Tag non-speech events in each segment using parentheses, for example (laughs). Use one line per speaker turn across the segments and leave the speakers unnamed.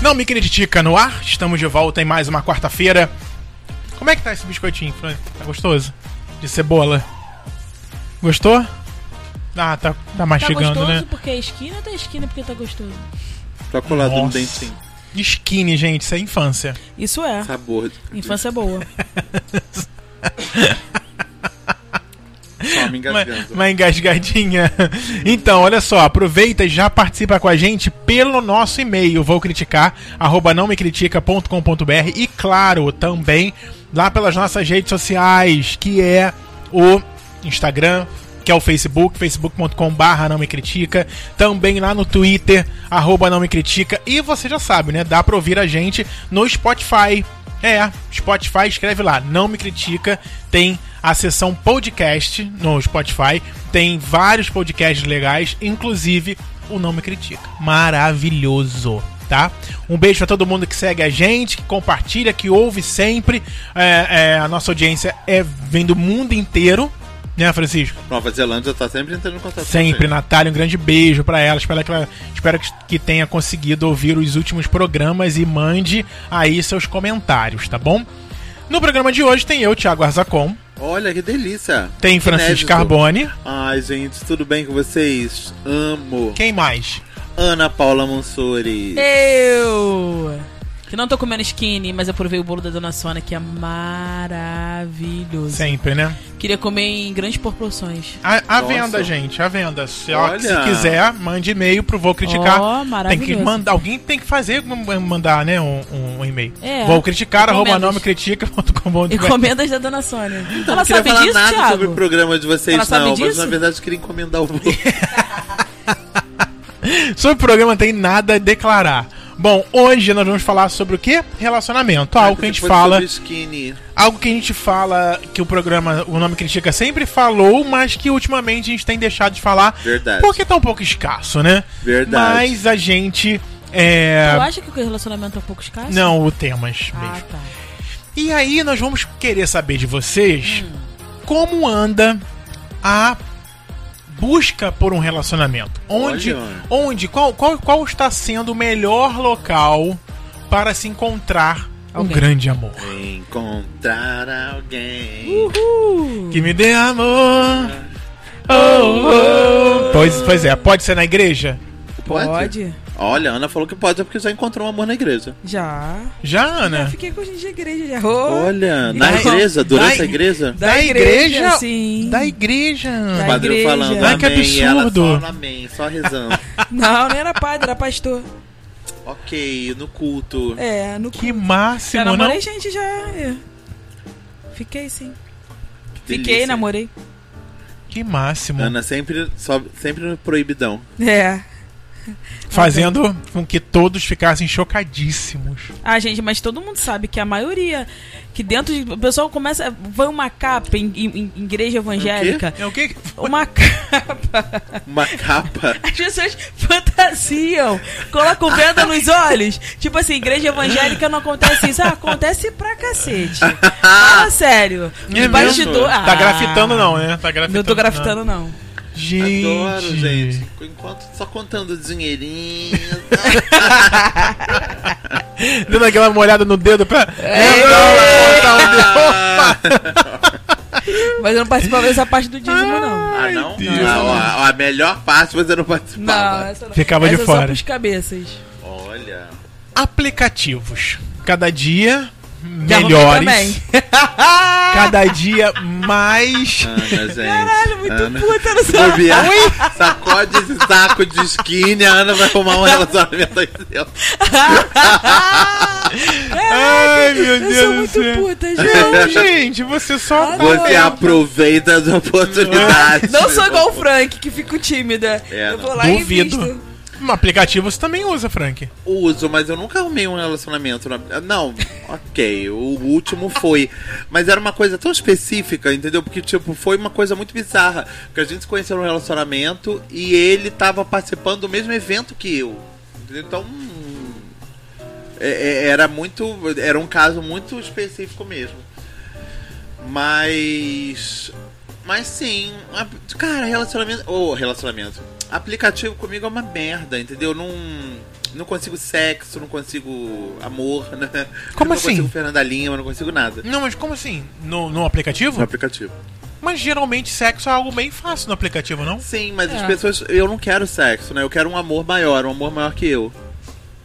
Não me critica no ar, estamos de volta em mais uma quarta-feira. Como é que tá esse biscoitinho, Fran? Tá gostoso? De cebola. Gostou? Ah, tá, tá
Tá
mastigando,
gostoso
né?
porque é esquina ou tá esquina porque tá gostoso?
Tá colado no
Nossa.
dente, sim.
Skinny, gente, isso é infância.
Isso é.
Sabor.
Infância boa.
Só me
Uma,
engasgando.
uma engasgadinha. (laughs) Então, olha só, aproveita e já participa com a gente pelo nosso e-mail, vou criticar, arroba não me critica.com.br e, claro, também lá pelas nossas redes sociais, que é o Instagram, que é o Facebook, facebook.com.br não me critica, também lá no Twitter, arroba não me critica, e você já sabe, né, dá pra ouvir a gente no Spotify. É, Spotify escreve lá, não me critica. Tem a seção podcast no Spotify, tem vários podcasts legais, inclusive o Não Me Critica. Maravilhoso, tá? Um beijo pra todo mundo que segue a gente, que compartilha, que ouve sempre. É, é, a nossa audiência é vem do mundo inteiro, né, Francisco?
Nova Zelândia tá sempre entrando em contato
Sempre,
com a gente.
Natália, um grande beijo pra ela. Espero, que, ela- espero que- que tenha conseguido ouvir os últimos programas e mande aí seus comentários, tá bom? No programa de hoje tem eu, Thiago Arzacom,
Olha que delícia.
tem Francisco
Inédito.
Carbone,
Ai, gente, tudo bem com vocês? Amo.
quem mais?
Ana Paula Mansuri.
(laughs) É, Eu! Que não tô comendo skinny, mas eu provei o bolo da Dona Sônia, que é maravilhoso.
Sempre, né?
Queria comer em grandes proporções.
A,
Nossa.
venda, gente, a venda. Se, ela-
Olha.
se quiser, mande e-mail pro Vou Criticar.
Ó,
tem que
maravilhoso.
mandar, alguém tem que fazer, mandar, né, um, um e-mail.
É.
Vou criticar, arroba
Encomendas.
nome (laughs) critica.com.br.
Encomendas da Dona Sônia.
Eu
Ela
não queria
sabe
falar
disso,
nada
Thiago?
sobre o programa de vocês,
Ela sabe
não, mas
disso?
na verdade eu queria encomendar o bolo.
Sobre o programa tem nada a declarar. Bom, hoje nós vamos falar sobre o quê? Relacionamento. Algo que a gente
Depois
fala,
sobre Skinny.
algo que a gente fala que o programa, o nome critica sempre falou, mas que ultimamente a gente tem deixado de falar,
Verdade.
porque tá um pouco escasso, né?
Verdade.
Mas a gente é
Eu acho que o relacionamento é um pouco escasso.
não o temas
Ah,
mesmo.
tá.
E aí nós vamos querer saber de vocês
Hum.
como anda a busca por um relacionamento. Onde,
Olha.
onde qual, qual, qual está sendo o melhor local para se encontrar um
Alguém.
grande amor?
Encontrar alguém.
Que me dê amor. Oh, oh.
Ah.
Pois, pois é, pode ser na igreja?
Pode?
Olha, a Ana falou que pode, é porque já encontrou um amor na igreja.
Já.
Já,
Eu
Ana?
fiquei com gente de igreja já.
Olha, na
Da-
igreja, durante
da-
a igreja.
Da igreja?
Sim.
Da igreja.
O
Da
Ana.
padre
Tá, igreja.
falando
Ai,
amém,
que
e ela
absurdo.
só amém,
(laughs)
só rezando.
Não, não era padre, era pastor.
ok, no culto.
É, no
Que
Já
máximo, não?
namorei gente já. é. Fiquei sim.
Que
Fiquei,
delícia.
namorei.
Que máximo.
Ana sempre, só, sempre no proibidão.
É.
Fazendo com que todos ficassem chocadíssimos.
Ah, gente, mas todo mundo sabe que a maioria que dentro de. O pessoal começa. Vai uma capa em, em- em igreja evangélica.
É o que?
Uma capa.
Uma capa.
(laughs) As pessoas fantasiam. Colocam venda nos olhos. Tipo assim, igreja evangélica não acontece isso. Ah, acontece pra cacete. Fala sério. Os
mesmo?
bastidor-
Tá
Ah,
grafitando não, né? Tá grafitando.
Não tô grafitando, não.
Gente.
Adoro, gente. Enquanto só contando dinheirinho.
(laughs) Dando aquela molhada no dedo pra...
É,
ah,
Mas eu não participava dessa parte do dízimo, não.
ah, não?
Deus.
Não, a, a melhor parte você não
Não,
participava.
essa não.
Ficava de
Essa é
fora.
Só pros cabeças.
Olha.
Aplicativos. Cada dia
Já arrumei
melhores.
também.
(laughs) Cada dia mais...
Ana, gente.
Caralho, muito
Ana.
puta no
Ah, né? Se
seu.
bobear, Sacode esse saco de skinny, a Ana vai arrumar um relacionamento aí seu.
Ai, meu
É, Eu sou
Deus do
muito
céu. (laughs)
puta, gente. (laughs)
Não, gente, você só... tá-
Adoro.
Você aproveita as oportunidades.
Não sou igual o Frank, que fico tímida.
É,
eu
não.
vou lá
Duvido.
e invisto.
Um aplicativo você também usa, Frank.
Uso, mas eu nunca arrumei um relacionamento. na- Não, ok, o último foi. Mas era uma coisa tão específica, entendeu? Porque, tipo, foi uma coisa muito bizarra. Que a gente se conheceu num relacionamento e ele tava participando do mesmo evento que eu. Entendeu? Então. hum, é- é- era muito. Era um caso muito específico mesmo. Mas. Mas sim, a- cara, relacionamento. Ô, relacionamento. Aplicativo comigo é uma merda, entendeu? Não. Não consigo sexo, não consigo amor, né?
Como
não
assim?
consigo Fernanda Lima, não consigo nada.
Não, mas como assim? No, no aplicativo?
No aplicativo.
Mas geralmente sexo é algo bem fácil no aplicativo, não?
Sim, mas as
É.
pessoas. Eu não quero sexo, né? Eu quero um amor maior, um amor maior que eu.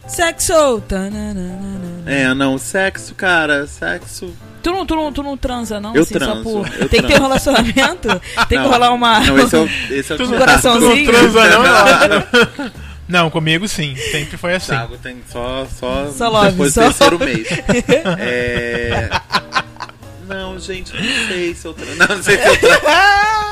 Sexo. Tananana.
É, não, sexo, cara, sexo.
Tu não, tu, não, tu não transa, não?
Eu
assim,
transo,
só por...
eu
Tem que ter um
transo. (laughs)
relacionamento? Tem que
Não,
rolar uma.
Não, esse é o. Esse é o
Tu
que
não-
tá.
coração-
tu não
Sozinho?
transa, não, Eduardo? (laughs) Não, comigo sim. Sempre foi assim.
Thiago tem só, só,
Só love,
depois
só-
do terceiro
(laughs)
mês. É... Não, gente, não sei se eu tra... Não, não sei se eu tra...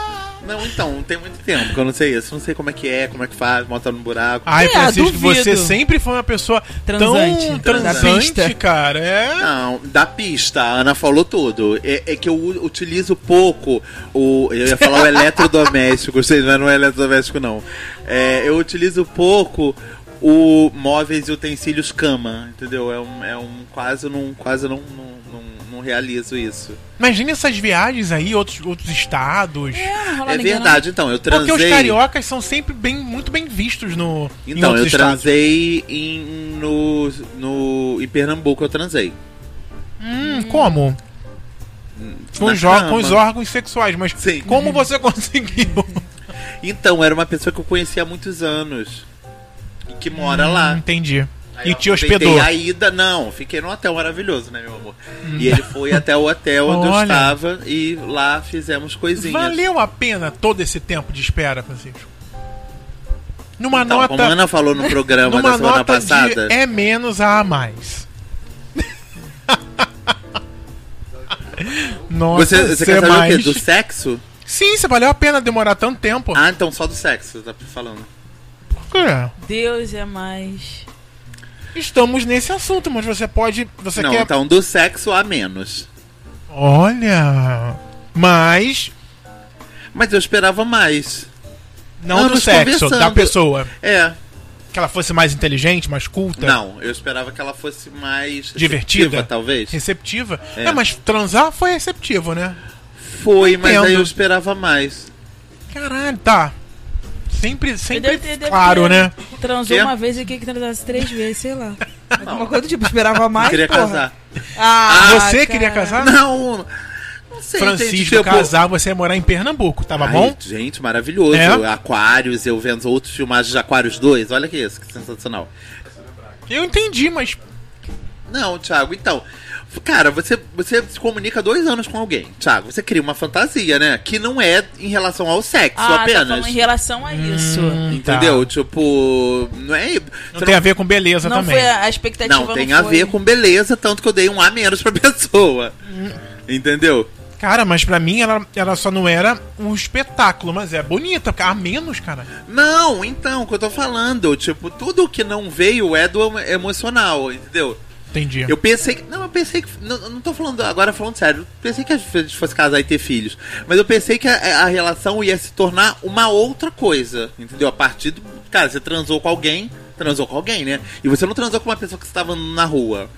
Não, então, tem muito tempo que eu não sei isso. Não sei como é que é, como é que faz, bota no buraco.
Ai,
É,
Francisco,
duvido.
você sempre foi uma pessoa tão
Transante. Da
transante,
pista.
cara. É.
Não, da pista, a Ana falou tudo. É, é que eu u- utilizo pouco o. Eu ia falar o eletrodoméstico, (laughs) vocês, mas não é eletrodoméstico, não. É, eu utilizo pouco o móveis e utensílios cama, entendeu? É um. É um quase não. Quase não, não, não- não realizo isso.
Imagina essas viagens aí, outros, outros estados.
É, (laughs) não rola
é
ninguém, não.
verdade, então, eu transei.
né? Porque os cariocas são sempre bem, muito bem vistos no, em
Então, eu
outros estados.
transei em, no, no, em Pernambuco, eu transei.
Hum, como? Com
na
os, or- com os
cama.
órgãos sexuais, mas
Sim.
como você (laughs) conseguiu?
Então, era uma pessoa que eu conhecia há muitos anos. E que mora lá.
Hum, Entendi.
Aí
E
eu
te
aproveitei
hospedou.
a ida, não, fiquei num hotel maravilhoso, né, meu amor? E ele foi até o hotel onde eu
Hum. Olha.
estava e lá fizemos coisinhas.
Valeu a pena todo esse tempo de espera, Francisco? Numa
Então, como a
nota,
Ana falou no programa da
numa
semana
nota
passada,
de é menos a
(laughs)
mais. Nossa,
você, você
cê
quer saber o
mais.
quê? Do sexo?
Sim, se valeu a pena demorar tanto tempo.
Ah, então só do sexo, tá falando.
É.
Deus é mais.
Estamos nesse assunto, mas você pode. Você
não,
quer.
então do sexo a menos.
Olha. Mas.
Mas eu esperava mais.
Não do
Anos
sexo, da
conversando.
pessoa.
É,
Que ela fosse mais inteligente, mais culta,
não, eu esperava que ela fosse mais
Divertida?
receptiva, talvez.
receptiva. É.
É.
mas transar foi receptivo, né?
Foi, mas aí
Entendo.
eu esperava mais.
Caralho, tá. Sempre, sempre
Eu devo ter-
claro,
devo ter-
né?
Transou
Quê?
uma vez e queria que transasse três vezes, sei lá.
Não.
Alguma coisa do tipo, esperava mais.
Eu queria
porra.
casar.
Ah,
você
cara.
queria casar?
Não, não sei.
Francisco,
gente, tipo-
casar, você ia morar em Pernambuco, tava
Ai,
Tá bom?
Gente, maravilhoso.
É?
Aquários, eu vendo outros filmagens de Aquários 2. Olha que isso, que sensacional.
Eu entendi, mas.
Não, Thiago, então. Cara, você, você se comunica dois anos com alguém, Thiago. Você cria uma fantasia, né? Que não é em relação ao sexo
Ah, tá
apenas.
falando em relação a isso.
Hum, tá.
Entendeu? Tipo, não é.
Não tem a ver com beleza
não
também.
foi a a expectativa.
não, tem a
foi.
ver com beleza, tanto que eu dei um A menos pra (laughs) pessoa. Entendeu?
Cara, mas pra mim ela, ela só não era um espetáculo, mas é bonita, porque a menos, cara.
Não, então, o que eu tô falando, tipo, tudo que não veio é do emo- emocional, entendeu?
Entendi.
Eu pensei que. Não, eu pensei que. Não, eu não tô falando agora falando sério. Eu pensei que a gente fosse casar e ter filhos. Mas eu pensei que a, a relação ia se tornar uma outra coisa. Entendeu? A partir do. Cara, você transou com alguém. Transou com alguém, né? E você não transou com uma pessoa que você tava andando na rua.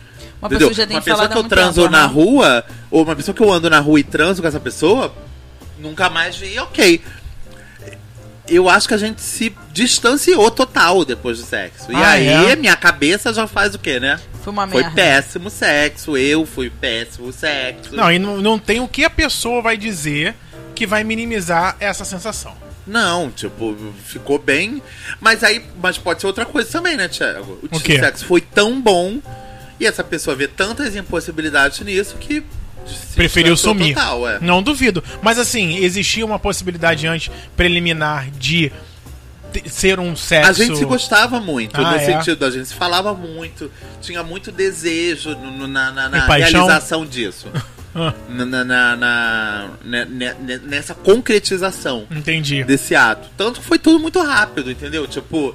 Uma
entendeu?
pessoa já tem
uma
que falar
pessoa que
dá
eu
muito
transo
tempo,
na
né?
rua, ou uma pessoa que eu ando na rua e transo com essa pessoa, nunca mais vi, ok. Eu acho que a gente se distanciou total depois do sexo. E
Ah,
aí,
é?
minha cabeça já faz o quê, né?
Foi uma
Foi
merda.
péssimo sexo, eu fui péssimo sexo.
Não, e não, não tem o que a pessoa vai dizer que vai minimizar essa sensação.
Não, tipo, ficou bem. Mas aí, mas pode ser outra coisa também, né, Thiago?
O quê?
sexo foi tão bom e essa pessoa vê tantas impossibilidades nisso que se
Preferiu
distanciou
sumir. Hum,
Total, é.
Não duvido. Mas assim, existia uma possibilidade antes preliminar de te- ser um sexo.
A gente se gostava muito,
Ah,
no
é?
sentido, a gente se falava muito, tinha muito desejo no- no- na, na- na
E paixão? Ah. (laughs)
realização disso. na, na- na- na- ne- ne- ne- nessa concretização.
Entendi.
desse ato. Tanto que foi tudo muito rápido, entendeu? Tipo,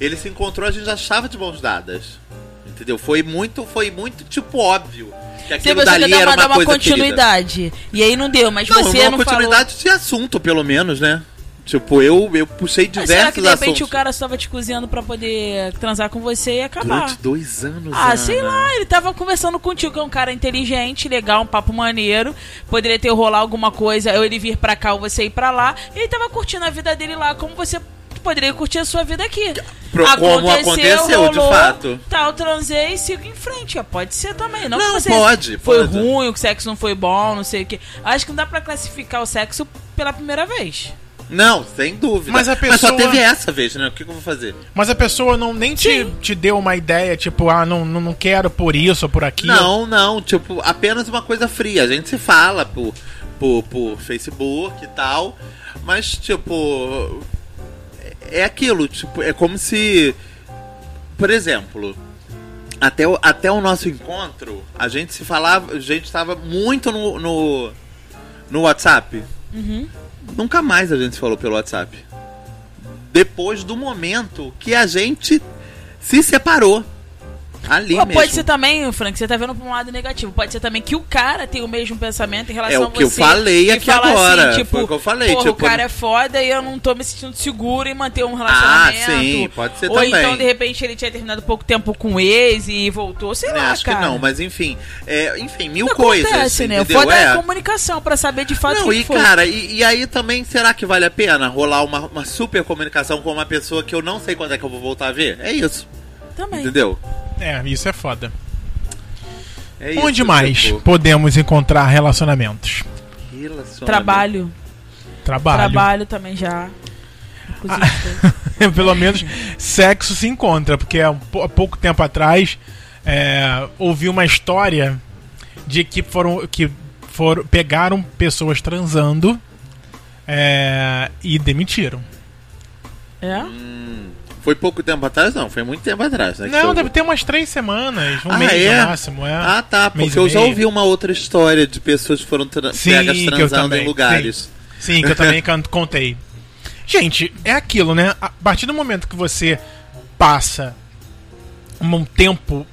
ele se encontrou, a gente já estava de mãos dadas. Entendeu? Foi muito, foi muito, tipo, óbvio. Que
Você
aquilo
pensou que
dali
dava
era
pra dar
uma
uma
coisa querida.
continuidade. E aí não deu, mas
Não,
você
uma
não falou.
continuidade de assunto, pelo menos, né? Tipo, eu, eu puxei
Mas será que
diversos
de repente
assuntos.
o cara só tava te cozinhando pra poder transar com você e acabar?
Durante dois anos,
Ah,
Ana.
sei lá, ele tava conversando contigo, que é um cara inteligente, legal, um papo maneiro. Poderia ter rolar alguma coisa, ou ele vir pra cá ou você ir pra lá. E ele tava curtindo a vida dele lá, como você poderia curtir a sua vida aqui.
Pro- como aconteceu, de fato.
Tal, transei e sigo em frente. ó, Pode ser também. Não, que
Não,
você
pode,
Foi
pode.
ruim, o sexo não foi bom, não sei o quê. Acho que não dá pra classificar o sexo pela primeira vez.
Não, sem dúvida.
Mas a
só
pessoa-
teve essa vez, né? O que, que eu vou fazer?
Mas a pessoa não nem te,
Sim.
te deu uma ideia, tipo, ah, não, não, não quero por isso ou por aquilo.
Não, não. Tipo, apenas uma coisa fria. A gente se fala por, por, por Facebook e tal. Mas, tipo. É é aquilo. Tipo, é como se. Por exemplo. Até o, até o nosso encontro, a gente se falava. A gente tava muito no. No, no WhatsApp.
Uhum.
Nunca mais a gente se falou pelo WhatsApp. Depois do momento que a gente se separou. Ali
Pô,
mesmo.
pode ser também, Frank, você tá vendo pra um lado negativo. Pode ser também que o cara tem o mesmo pensamento em relação
É o
a você.
que eu falei
e
aqui
fala assim,
agora, foi o que eu falei,
Porra, o
tipo,
cara é foda e eu não tô me sentindo seguro em manter um relacionamento.
Ah, sim, pode ser
Ou
também.
então, de repente, ele tinha terminado pouco tempo com o ex e voltou, sei
É,
Ah,
lá,
acho
cara.
que não, mas enfim. É, enfim, mil
Isso
coisas.
acontece, né?
Entendeu?
Foda é a
É.
comunicação pra saber de fato o
Não,
que
e
foi.
cara, e, e aí também, será que vale a pena rolar uma, uma super comunicação com uma pessoa que eu não sei quando é que eu vou voltar a ver? É isso,
também.
entendeu?
É, isso é foda.
É isso,
Onde mais
tipo,
podemos encontrar relacionamentos?
relacionamento.
Trabalho,
Trabalho. Ah.
trabalho também já.
(laughs)
Inclusive,
Pelo menos sexo se encontra, porque há pou- há pouco tempo atrás é, ouvi uma história de que foram que foram pegaram pessoas transando é, e demitiram.
É?
Foi pouco tempo atrás? Não, foi muito tempo atrás. Né, que
Não,
foi-
deve ter umas três semanas, um
Ah,
mês
é?
no máximo. É.
Ah, tá,
Mês
porque
e
eu já
meio.
ouvi uma outra história de pessoas que foram tra
Sim,
pegas
que eu
transando em
também,
lugares.
Sim, que eu
(laughs)
também can- contei. Gente, é aquilo, né? A partir do momento que você passa um tempo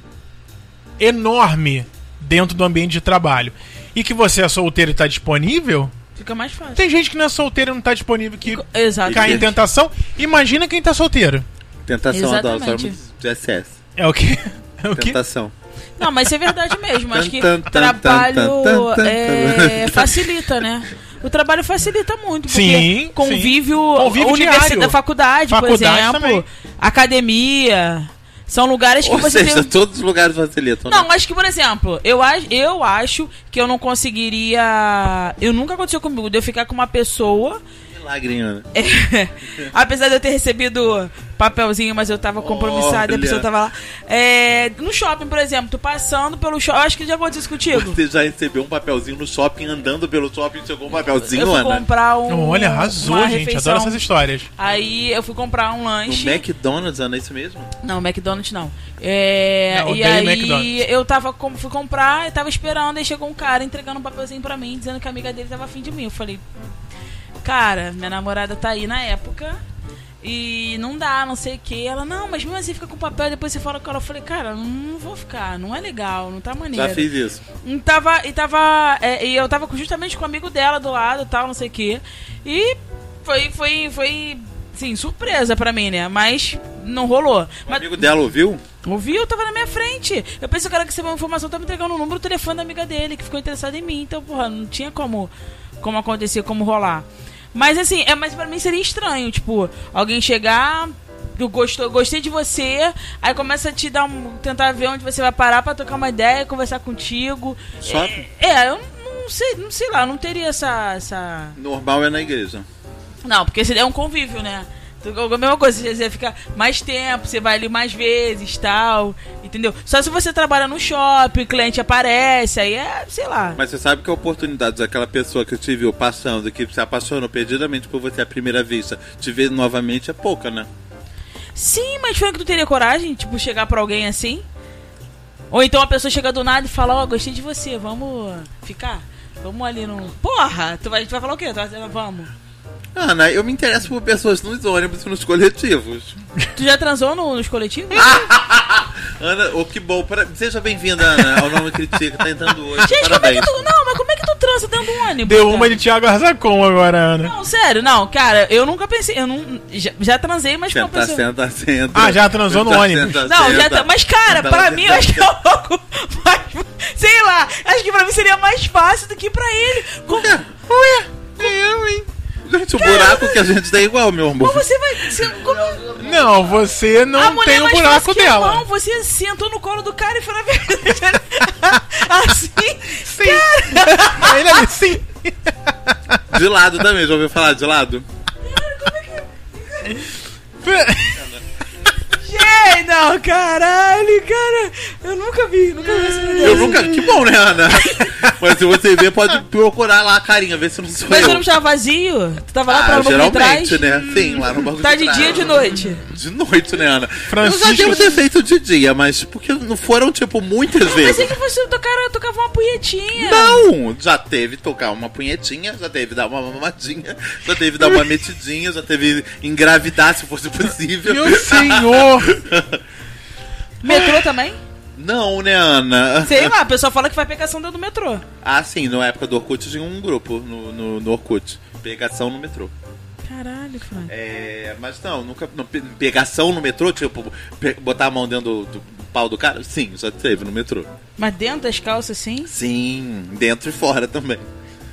enorme dentro do ambiente de trabalho e que você é solteiro e tá disponível,
Fica mais fácil.
tem gente que não é solteiro e não tá disponível que
Exato.
cai em tentação. Imagina quem tá solteiro.
Tentação adulta, só
Exatamente.
de SS.
É o que? (laughs) É o que?
um Tentação.
Não, mas isso é verdade mesmo. Acho que
Tan, tan, tan,
trabalho
tan, tan, tan,
é,
tan.
facilita, né? O trabalho facilita muito, porque é
Sim, sim.
convívio,
Convívio
universidade,
diário.
faculdade,
Faculdade
por exemplo,
também.
academia, são lugares
Tipo,
que
Ou
você
seja,
tem...
um
um-
todos os lugares facilitam. né?
Não, acho que, por exemplo, eu, a- eu acho que eu não conseguiria... Eu nunca aconteceu comigo de eu ficar com uma pessoa,
Milagrinho, né?
É. (laughs) apesar de eu ter recebido papelzinho, mas eu tava compromissada, e a
Olha.
pessoa tava lá. É, no shopping, por exemplo, tu passando pelo shopping, eu acho que já aconteceu isso contigo.
(laughs) Você já recebeu um papelzinho no shopping, andando pelo shopping, chegou um papelzinho,
eu fui
Ana?
comprar um.
Olha, arrasou,
uma
gente.
refeição.
Adoro essas histórias.
Aí eu fui comprar um
No
lanche.
McDonald's, Ana, é isso mesmo?
Não, McDonald's não. É,
Não,
e
odeio
aí
McDonald's.
eu tava com- fui comprar, eu tava esperando, aí chegou um cara entregando um papelzinho pra mim, dizendo que a amiga dele tava afim de mim. Eu falei, cara, minha namorada tá aí na época. E não dá, não sei o que. Ela, não, mas mesmo assim fica com o papel, depois você fala com ela. Eu falei, cara, não vou ficar, não é legal, não tá maneiro.
Já fiz isso.
E tava, e tava. é, e eu tava com- justamente com o amigo dela do lado tal, não sei o quê. E foi, foi, foi. Sim, surpresa pra mim, né? Mas não rolou.
O
Mas
Um amigo dela ouviu?
ouviu, tava na minha frente. Eu pensei que o cara que recebeu uma informação tava me entregando o número do telefone da amiga dele, que ficou interessada em mim. Então, porra, não tinha como, como acontecer, como rolar. Mas assim, é, mas pra mim seria estranho, tipo, alguém chegar. Eu gostou, gostei de você, aí começa a te dar um. tentar ver onde você vai parar pra trocar uma ideia, conversar contigo.
Só
É, eu não sei, não sei lá, não teria essa, essa.
normal é na igreja.
Não, porque se é um convívio, né? Tu- A mesma coisa, você fica mais tempo, você vai ali mais vezes, tal, entendeu? Só se você trabalha no shopping, o cliente aparece, aí é, sei lá.
Mas você sabe que a oportunidade daquela pessoa que te viu passando, que se apaixonou perdidamente por você à primeira vista, te ver novamente é pouca, né?
Sim, mas foi que tu teria coragem, tipo, chegar pra alguém assim? Ou então a pessoa chega do nada e fala, ó, gostei de você, vamos ficar? Vamos ali no. Porra! Tu vai, tu vai falar o quê? Tu vai dizer, vamos.
Ana, eu me interesso por pessoas nos ônibus e nos coletivos.
Tu já transou no- nos coletivos?
Ah,
Ana, oh, que bom. para- Seja bem-vinda, Ana, ao Nome Critica, tá entrando hoje.
Gente, como é
Parabéns.
que tu. Não, mas como é que tu trança dentro do ônibus.
Deu
cara.
uma de Thiago Arzacon agora, Ana.
Não, sério, não, cara, eu nunca pensei. Eu não, já, já transei, mas não
Senta,
pensei.
Tá senta, senta.
Ah, já transou no
Senta,
ônibus.
senta,
Não, já
senta.
tá. Mas, cara,
Senta,
pra
senta,
mim eu acho que
senta.
é um pouco (laughs) mais. Sei lá, acho que pra mim seria mais fácil do que pra ele. Como,
Ué, é eu, hein? Gente, (laughs) o buraco que a gente dá é igual, meu amor.
como você vai. você- como-
Não, você não tem o
mais
buraco
fácil que é eu,
dela.
Não, você sentou no colo do cara e foi na verdade. (laughs) assim.
Sim. Ele é
(laughs)
ali, sim.
De lado também, já ouviu falar de lado?
Gente, não, caralho, cara. Eu nunca vi, nunca vi esse
Eu
vídeo.
nunca. Que bom, né,
(laughs)
Ana? Mas se você ver, pode procurar lá a carinha, ver se não sou
Mas
eu.
eu não tava vazio? Tu tava lá pra
Ah,
no banco de trás?
geralmente, né? Sim, lá no banco
Tá
de
de
trás.
dia ou de noite?
De noite, né, Ana? Eu já
Francisco-
devo ter feito de dia, mas porque não foram, tipo, muitas
Eu pensei
vezes.
que fosse tocar, tocava uma punhetinha.
Não! Já teve tocar uma punhetinha, já teve dar uma mamadinha, já teve dar uma metidinha, já teve engravidar se fosse possível.
Meu senhor.
Metrô também?
Não, né, Ana?
Sei lá, a pessoa fala que vai pegação dentro do metrô.
Ah, sim, na época do Orkut tinha um grupo no, no, no Orkut. Pegação no metrô.
Caralho, Frank.
É, mas não, nunca. não, pe- pegação no metrô, tipo, pe- botar a mão dentro do, do pau do cara? Sim, já teve no metrô.
Mas dentro das calças, assim? sim?
Sim, dentro e fora também.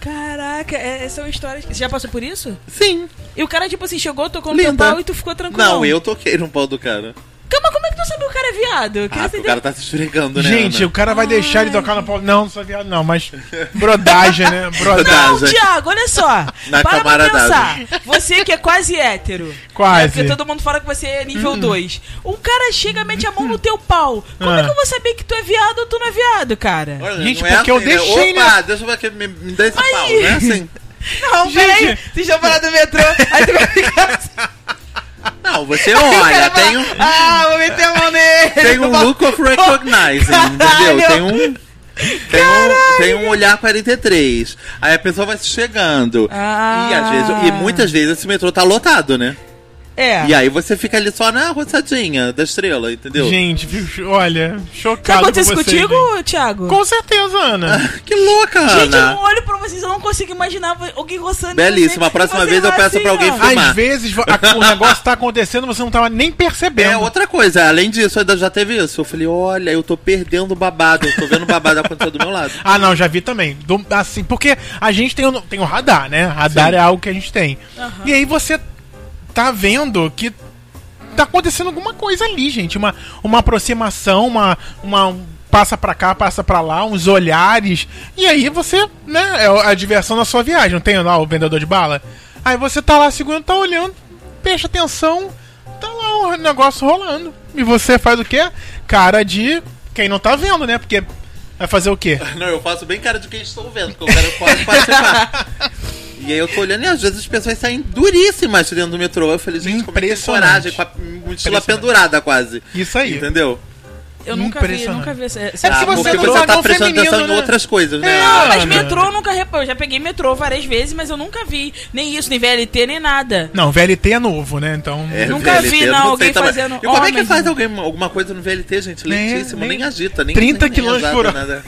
Caraca, é, é- são histórias. Você já passou por isso?
Sim.
E o cara, tipo assim, chegou, tocou no
Linda.
teu pau e tu ficou tranquilo.
Não, eu toquei no pau do cara.
Calma, como é que tu sabe que o cara é viado? Eu queria
Ah, porque o
entender.
cara tá se esfregando, né?
Gente,
Ana?
o cara vai deixar de tocar no pau. Não, não sou viado, não, mas. Brodagem, né? Brodagem.
Não,
Gente.
Thiago, olha só.
(laughs) Na
para pra
camaradagem.
pensar. Você que é quase hétero.
Quase.
É, porque todo mundo fala que você é nível
Hum.
2. Um cara chega, mete a mão no teu pau. Como
Ah.
é que eu vou saber que tu é viado ou tu não é viado, cara?
Olha,
Gente,
não é
porque eu
né?
deixei,
Opa, deixa eu ver aqui, me, me dá esse
Mas-
pau, né? Assim.
Não, peraí. Vocês estão falando do metrô, aí tu vai ficar assim.
Não,
(laughs)
você
o cara
olha,
fala,
tem um.
Ah, vou meter a mão nele.
Tem um look of
(laughs)
recognizing,
Caralho.
entendeu? Tem um. Tem um, tem um olhar 43. Aí a pessoa vai se chegando.
Ah.
E, às vezes, e muitas vezes esse metrô tá lotado, né?
É.
E aí você fica ali só na roçadinha da estrela, entendeu?
Gente, viu? olha,
Já
chocado com
aconteceu isso
você.
contigo,
gente.
Thiago?
Com certeza, Ana.
(laughs) Que louca,
Gente, eu
Ana!
não olho pra vocês, eu não consigo imaginar alguém roçando. em
Belíssima, a próxima
Você
vez eu
vai
peço pra alguém
ó.
filmar.
Às vezes vo- a- o negócio tá acontecendo você não tava nem percebendo.
É outra coisa, além disso, ainda já teve isso. Eu falei, olha, eu tô perdendo o babado, eu tô vendo o babado acontecer do meu lado.
Ah, não, já vi também. Do- assim, porque a gente tem o, tem o radar, né? Radar é algo que a gente tem.
Aham.
E aí você tá vendo que tá acontecendo alguma coisa ali, gente. Uma, uma aproximação, uma. uma um passa pra cá, passa pra lá, uns olhares. E aí você, né? É a diversão da sua viagem. Não tem lá o vendedor de bala? Aí você tá lá segurando, tá olhando, presta atenção, tá lá o negócio rolando. E você faz o quê? Cara de. Quem não tá vendo, né? Porque. Vai fazer o quê?
(laughs) Não, eu faço bem cara de quem estou vendo, porque eu quero quase participar. E aí eu tô olhando e às vezes as pessoas saem duríssimas de dentro do metrô. Eu falei, gente, como é que tem coragem
Impressionante.
com a mochila
Impressionante.
pendurada quase.
Isso aí.
Entendeu?
Eu nunca vi,
Impressionante.
nunca vi essa.
É
Ah,
porque
porque
você
você,
não é
tá
não
prestando
feminino,
atenção em
né?
outras coisas, né?
É,
Não,
Ah,
mas
Ana.
metrô eu nunca reparei. Eu já peguei metrô várias vezes, mas eu nunca vi. Nem isso, nem VLT, nem
(laughs)
nada.
Não, VLT é novo, né? Então.
é,
nunca vi,
eu
não,
sei
alguém
também.
fazendo
E como é que
homem.
faz alguém, alguma coisa no VLT, gente?
Nem-
Lentíssimo, nem,
nem-
agita, nem
30
nem- nem
quilômetros
exata,
por hora.
nada.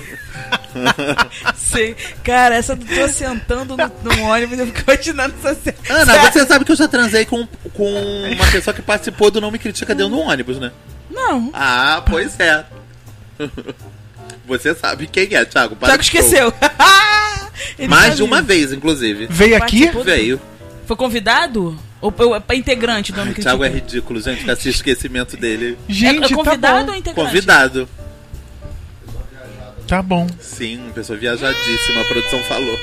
Sei. Cara, essa do tô sentando no, no ônibus, eu fico imaginando essa cena.
Ana,
Sério?
você sabe que eu já transei com, com uma pessoa que participou do Não Me Critica dentro do ônibus, né?
Não.
Ah, pois é. (laughs) Você sabe quem é, Thiago. para
Tiago
de show.
esqueceu. (laughs) Ele
Mais
tá
de uma
vivo.
vez, inclusive.
Veio aqui?
Participou-
Veio.
Foi convidado? Ou, ou é integrante do Homem Critica?
(laughs) Thiago é ridículo, gente, com esse esquecimento dele.
É,
Gente,
é convidado ou
tá
integrante?
Convidado.
bom. Tá bom.
Sim, pessoa viajadíssima, a produção falou.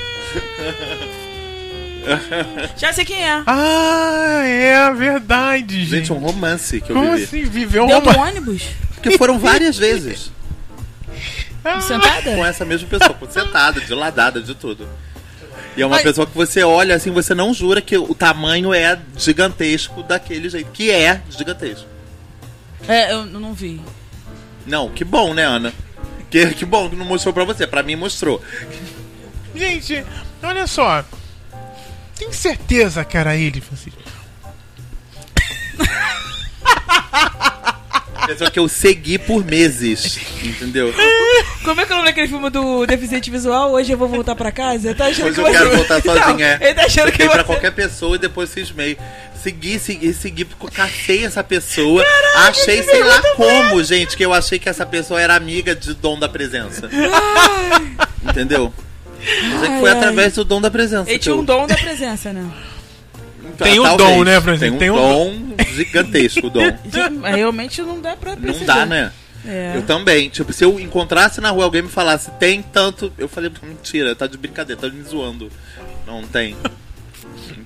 Já sei quem é.
Ah, é verdade, gente.
Gente, um romance que eu
Como
vivi.
assim? Viveu
Deu
uma.
no ônibus?
Porque foram várias vezes.
Ah,
Sentada?
Com essa mesma pessoa, com sentada, de ladada, de tudo. E é uma
Mas-
pessoa que você olha assim, você não jura que o tamanho é gigantesco daquele jeito. Que é gigantesco.
É, eu não vi.
Não, que bom, né, Ana? Que, que bom que não mostrou pra você. Pra mim mostrou.
Gente, olha só. Tem certeza que era ele, Francisco?
Pessoa que eu segui por meses,
(laughs)
entendeu?
Como é que é o nome daquele filme do deficiente visual? Hoje eu vou voltar pra casa? Ele tá achando
Depois
que
eu quero
você-
voltar
Então,
sozinha.
Ele tá achando que
Fiquei pra
você...
qualquer pessoa e depois cismei. Segui, segui, segui, porque cacei essa pessoa. achei, sei lá como, gente, que eu achei que essa pessoa era amiga de dom da presença. Entendeu? Mas é que foi
Ai, ai.
através do dom da
(laughs)
presença.
Ele
que
tinha
eu-
um dom da presença, né?
Tá,
Tem um
talvez.
dom, né, Francisco?
Tem
Tem
um
um
dom gigantesco,
(laughs)
o dom.
Gente, é, Realmente não dá pra
Não
precisar.
dá, né?
É.
Eu também. Tipo, se eu encontrasse na rua alguém me falasse, tem tanto. Eu falei, mentira, tá de brincadeira, tá me zoando. Não
(laughs)
tem.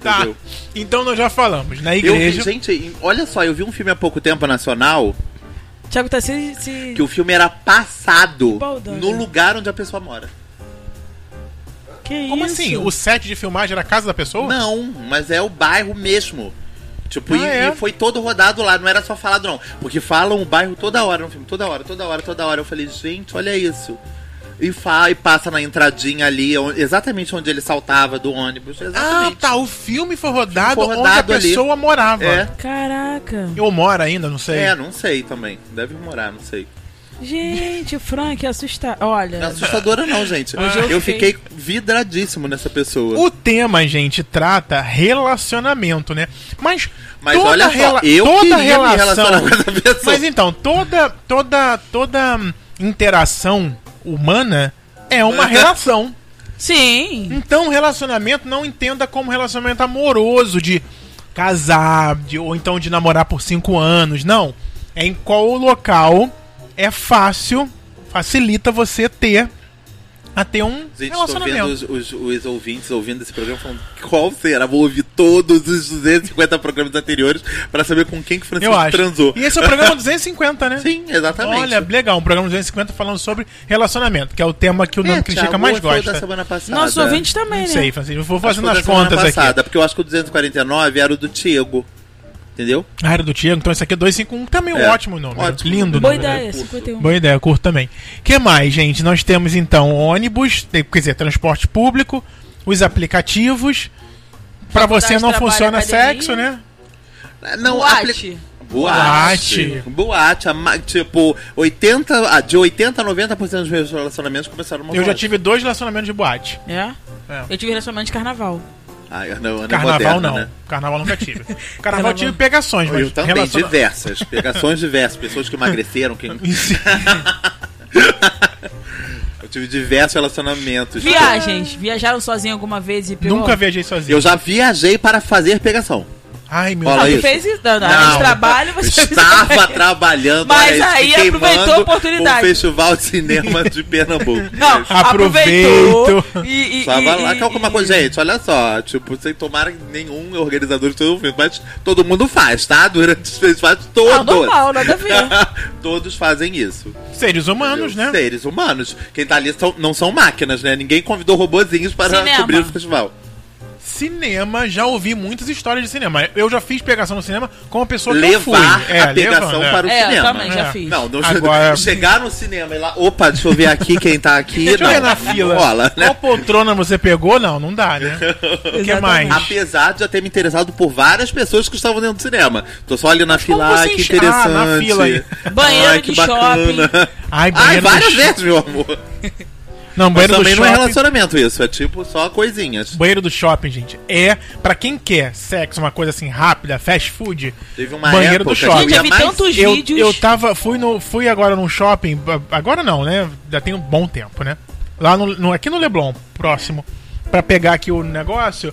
Tá.
Entendeu?
Então nós já falamos. Na
Eu vi,
igreja.
gente, em- olha só, eu vi um filme há pouco tempo nacional
Tiago tá se... se...
que o filme era passado
Baldosa.
no lugar onde a pessoa mora.
Que
Como
isso?
assim? O set de filmagem era a casa da pessoa?
Não, mas é o bairro mesmo. Tipo,
Ah,
e,
é?
e foi todo rodado lá, não era só falado não. Porque falam o bairro toda hora no filme, toda hora, toda hora, toda hora. Eu falei, gente, olha isso. E, fa e passa na entradinha ali, on- exatamente onde ele saltava do ônibus.
Ah,
Exatamente.
tá. O filme foi rodado,
Foi rodado
onde a
ali.
pessoa morava.
É,
Caraca.
Eu moro ainda, não sei.
é, não sei também. Deve morar, não sei.
Gente, o Frank, assusta... Olha...
Não é assustadora não, gente. eu,
eu
fiquei
fiquei-
vidradíssimo nessa pessoa.
O tema, gente, trata relacionamento, né? Mas,
Mas olha só,
rela-
eu
toda
queria me
relação.
relacionar com essa pessoa.
Mas então, toda toda toda hum, interação humana é uma relação.
Hum.
Sim.
Então, relacionamento não entenda como relacionamento amoroso de casar, de, ou então de namorar por cinco anos, não. É em qual local é fácil, facilita você ter a ter um
Gente, tô vendo
relacionamento.
os, os- os ouvintes ouvindo esse programa falando qual será? Vou ouvir todos os 250 programas anteriores pra saber com quem que o
Eu
Francisco
acho.
transou.
E esse é o programa 250, né?
Sim, exatamente. É,
Olha, legal, um programa 250 falando sobre relacionamento, que é o tema que o Nando Critica mais
foi o da
gosta.
semana passada.
Nossos ouvintes também,
Não
né?
sei, Francisco, eu vou
Acho que
fazendo
foi da
as
semana
contas aqui.
passada, Porque eu acho que o 249 era o do Tiago. Entendeu?
A área do Tiago, então esse aqui é 251, também um
É.
ótimo nome.
Ótimo.
Lindo
Boa
nome.
ideia,
recurso.
51.
Boa ideia, eu curto também. que mais, gente? Nós temos então ônibus, eh, quer dizer, transporte público, os aplicativos. Pra você não
trabalho,
funciona
academia.
sexo, né?
Ah,
Então,
Não,
Boate.
apli- Boate.
Boate.
Boate. a ma- Tipo, 80, ah, de 80 a 90% dos meus relacionamentos começaram uma
Eu já tive dois relacionamentos de boate.
É?
É.
Eu tive relacionamento de carnaval.
Ah, não,
Carnaval
moderna,
não.
Né?
Carnaval nunca
(laughs)
tive. Carnaval,
Carnaval.
tive pegações, mas
Eu também,
relaciona-
diversas. Pegações diversas. Pessoas que emagreceram. Que... Eu tive diversos relacionamentos.
Viagens. Viajaram sozinho alguma vez e pegou?
Nunca viajei sozinho.
Eu já viajei para fazer pegação.
Ai, meu
Olha
Não,
Deus.
tu
isso.
fez isso. Não, não, era de trabalho, você (laughs)
eu
fez
estava trabalhando.
Mas
olha isso,
aí
fiquei
aproveitou
mando
a oportunidade.
Um festival de cinema de Pernambuco.
(laughs)
Não,
Aproveito.
aproveitou E, e,
Tava
e-
lá, que é uma coisa, gente, olha só, tipo, sem tomar nenhum organizador de todo mundo, mas todo mundo faz, tá? Durante os festivais, todos.
Ah, normal, né? nada a
(laughs)
ver.
todos fazem isso.
Seres humanos, né?
Seres humanos. Quem tá ali são- não são máquinas, né? Ninguém convidou robozinhos para
Cinema.
cobrir o festival.
Cinema, já ouvi muitas histórias de cinema. Eu já fiz pegação no cinema com uma pessoa que eu fui.
Levar
É,
a pegação
levando, é.
para o
É, eu
cinema.
também já
É.
fiz.
Não, não
Agora-
(laughs) chegar no cinema e lá, opa, deixa eu ver aqui quem tá aqui.
Deixa eu
não,
ver na
não
fila.
rola, né?
Qual poltrona você pegou? Não, não dá, né? O que
Exatamente.
mais?
Apesar de já ter me interessado por várias pessoas que estavam dentro do cinema. Tô só ali na fila,
como
ai,
você
que
enche- Ah,
interessante.
na fila aí.
Banheiro de shopping.
Ai, banheiro
Ai,
do
várias
shopping.
vezes, meu amor.
Não,
Mas
banheiro do
também
shopping.
não é relacionamento isso, é tipo só coisinhas.
Banheiro do shopping, gente, é pra quem quer sexo, uma coisa assim rápida, fast food.
Teve uma
banheiro do
época
shopping.
Gente, eu vi
Mas
tantos
eu,
vídeos.
eu tava, fui, no, fui agora num shopping, a- agora não, né? Já tem um bom tempo, né? Lá no, no- aqui no Leblon, próximo, pra pegar aqui o negócio.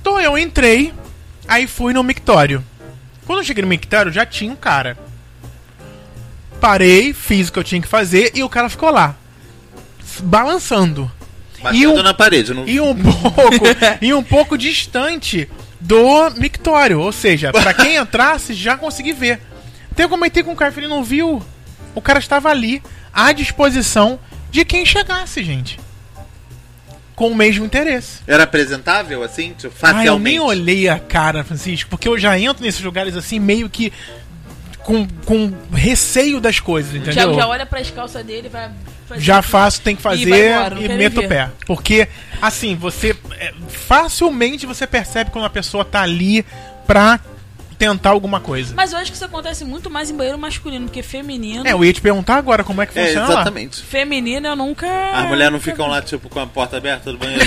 Então eu entrei, aí fui no mictório. Quando eu cheguei no mictório, já tinha um cara. Parei, fiz o que eu tinha que fazer e o cara ficou lá, s- balançando. E
Batendo
um,
na parede, não
e um pouco
(laughs)
e um pouco distante do mictório, ou seja, pra
(laughs)
quem entrasse já consegui ver. Então eu comentei com o cara, ele não viu. O cara estava ali à disposição de quem chegasse, gente. Com o mesmo interesse.
era apresentável, assim, tipo,
Ah, eu nem
facialmente.
olhei a cara, Francisco, porque eu já entro nesses lugares assim meio que com, com receio das coisas,
O Thiago
entendeu?
já olha pras calças dele e vai fazer.
Já faço, tem que fazer
vai embora, não
e
quero
meto o
ver.
pé. Porque, assim, você. é, facilmente você percebe quando a pessoa tá ali pra tentar alguma coisa.
Mas eu acho que isso acontece muito mais em banheiro masculino, porque feminino.
É, eu ia te perguntar agora como é que
É,
funciona lá.
exatamente.
Feminino eu nunca. (laughs)
As mulheres não ficam lá, tipo, com a porta aberta do
(laughs)
banheiro.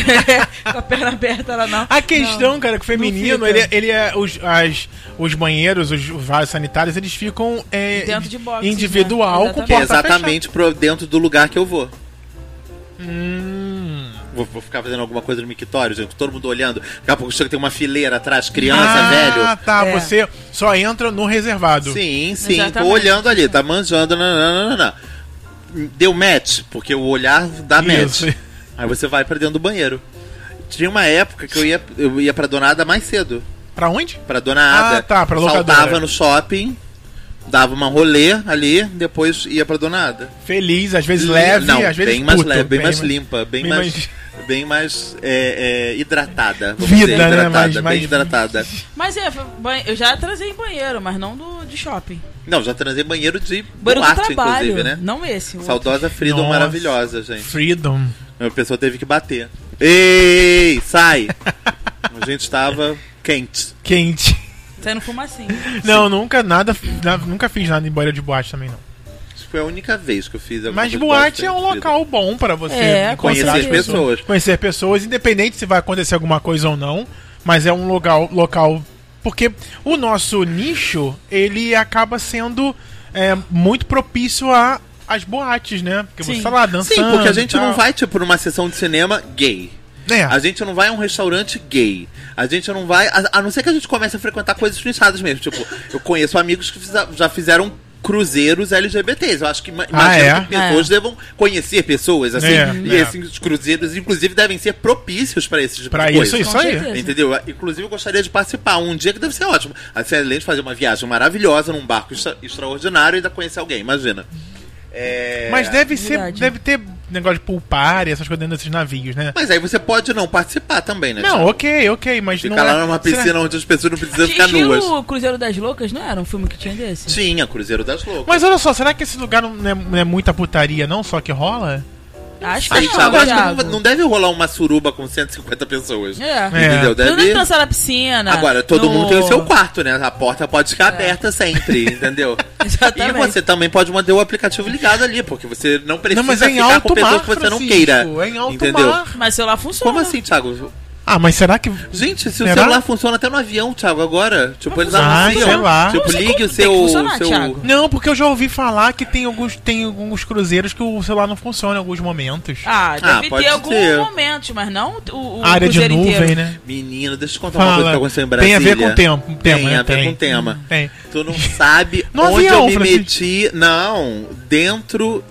com a perna aberta lá, não.
A questão, cara, que o feminino,
não
ele,
fica.
ele é. Os, as- os banheiros, os, os vasos sanitários, eles ficam. É,
Dentro de boxes, né?
Individual com
Exatamente.
porta
É exatamente pro, dentro do lugar que eu vou.
fechada. Hum.
vou. Vou ficar fazendo alguma coisa no mictório, gente. Todo mundo olhando. Daqui a pouco chega, tem uma fileira atrás, criança,
Ah,
velho.
tá.
É.
Você só entra no reservado.
Sim, sim. Tô
Exatamente.
olhando ali, tá manjando. Nananana. Deu match, porque o olhar dá
Isso.
match. Aí você vai pra dentro do banheiro. Tinha uma época que eu ia, eu ia pra Donada mais cedo.
Pra onde?
Pra Donada.
Ah, tá, pra locadora.
Saltava no shopping, dava uma rolê ali, depois ia pra Donada.
Feliz, às vezes leve,
Não,
às vezes
bem mais
puto,
leve, bem, mais limpa, bem,
bem
mais, bem mais é, é, hidratada. vamos
Vida,
dizer,
né?
hidratada,
Mais-
bem
mais-
hidratada.
Mas é, foi ban- eu já trazei em banheiro, mas não do, de shopping.
Não, já transei banheiro de
Banheiro do
boate,
trabalho.
inclusive, né?
Não esse. o outro.
Saudosa Freedom
Nossa.
maravilhosa, gente.
Freedom.
A pessoa teve que bater. Ei,
(laughs)
sai! A gente estava quente.
Quente.
Saindo fumacinho.
(laughs) Não, nunca nada, na- nunca fiz nada em banheiro de boate também, não.
Isso foi a única vez que eu fiz alguma
Mas
coisa
boate é um
bastante
local bom pra você
É, com
encontrar
certeza. Pessoas.
Conhecer pessoas, independente se vai acontecer alguma coisa ou não, mas é um local, local porque o nosso nicho, ele acaba sendo é, muito propício a as boates, né? Porque você
Sim.
tá lá
divertida.
dançando.
Sim, porque a gente
e tal.
não vai, tipo, numa sessão de cinema gay.
É.
A gente não vai a um restaurante gay. A gente não vai. A, a não ser que a gente comece a frequentar coisas nichadas mesmo. Tipo, eu conheço amigos que fiza- já fizeram cruzeiros LGBTs. Eu acho que ma-
Ah,
imagino
é?
que pessoas devam conhecer pessoas, assim.
É,
e
é.
esses cruzeiros, inclusive, devem ser propícios para esses tipo
Pra
de coisa.
isso, isso aí.
certeza.
Entendeu? Inclusive, eu gostaria de participar um dia que deve ser ótimo. Assim, além de fazer uma viagem maravilhosa num barco extra- extraordinário e ainda conhecer alguém, imagina. É...
Mas deve ser,
Verdade.
deve ter negócio de pulpária, essas coisas dentro desses navios, né?
Mas aí você pode não participar também, né?
Não, ok, ok, mas
Ficar
não
lá
é-
numa
será-
piscina onde as pessoas não precisam
Tinha
ficar nuas.
estilo Cruzeiro das Loucas, não era um filme que tinha desse?
Tinha, Cruzeiro das Loucas.
Mas olha só, será que esse lugar não é, não é muita putaria não, só que rola?
Acho que
Aí,
não,
Thiago, acho que não,
Thiago.
não deve rolar uma suruba com 150 pessoas.
É.
É.
Entendeu?
Tudo
Deve...
dançar na piscina.
Agora, todo
no- É.
mundo tem o seu quarto, né? A porta pode ficar aberta
(laughs)
sempre, entendeu? E
Exatamente.
você também pode manter o aplicativo ligado ali, porque você não precisa
Não, mas é em
ficar
alto
com pessoas
mar,
que você não
Francisco,
queira.
é em alto
entendeu?
mar.
Mas o celular funciona.
Como assim, Thiago?
Ah, mas será que
Gente, se
Será?
o celular funciona até no avião, Thiago, agora. Tipo, eles
funciona. Ah,
anunciam.
sei lá.
Tipo,
Não sei
ligue
como
o
tem que
seu.
funcionar,
seu...
Thiago.
Não, porque eu já ouvi falar que tem alguns, tem alguns cruzeiros que o celular não funciona em alguns momentos.
Ah,
Ah,
deve
pode
ter alguns
ter.
momentos, mas não o, o
Área de
Cruzeiro
nuvem,
inteiro.
né?
Menino, deixa eu te contar uma coisa que
Fala.
aconteceu em
Tem
Brasília.
a ver com o tempo, tema,
Tem
né?
a ver com o tema.
Tem.
Tu não sabe
(laughs) No
onde
avião,
eu me
Francisco.
meti. Não, dentro.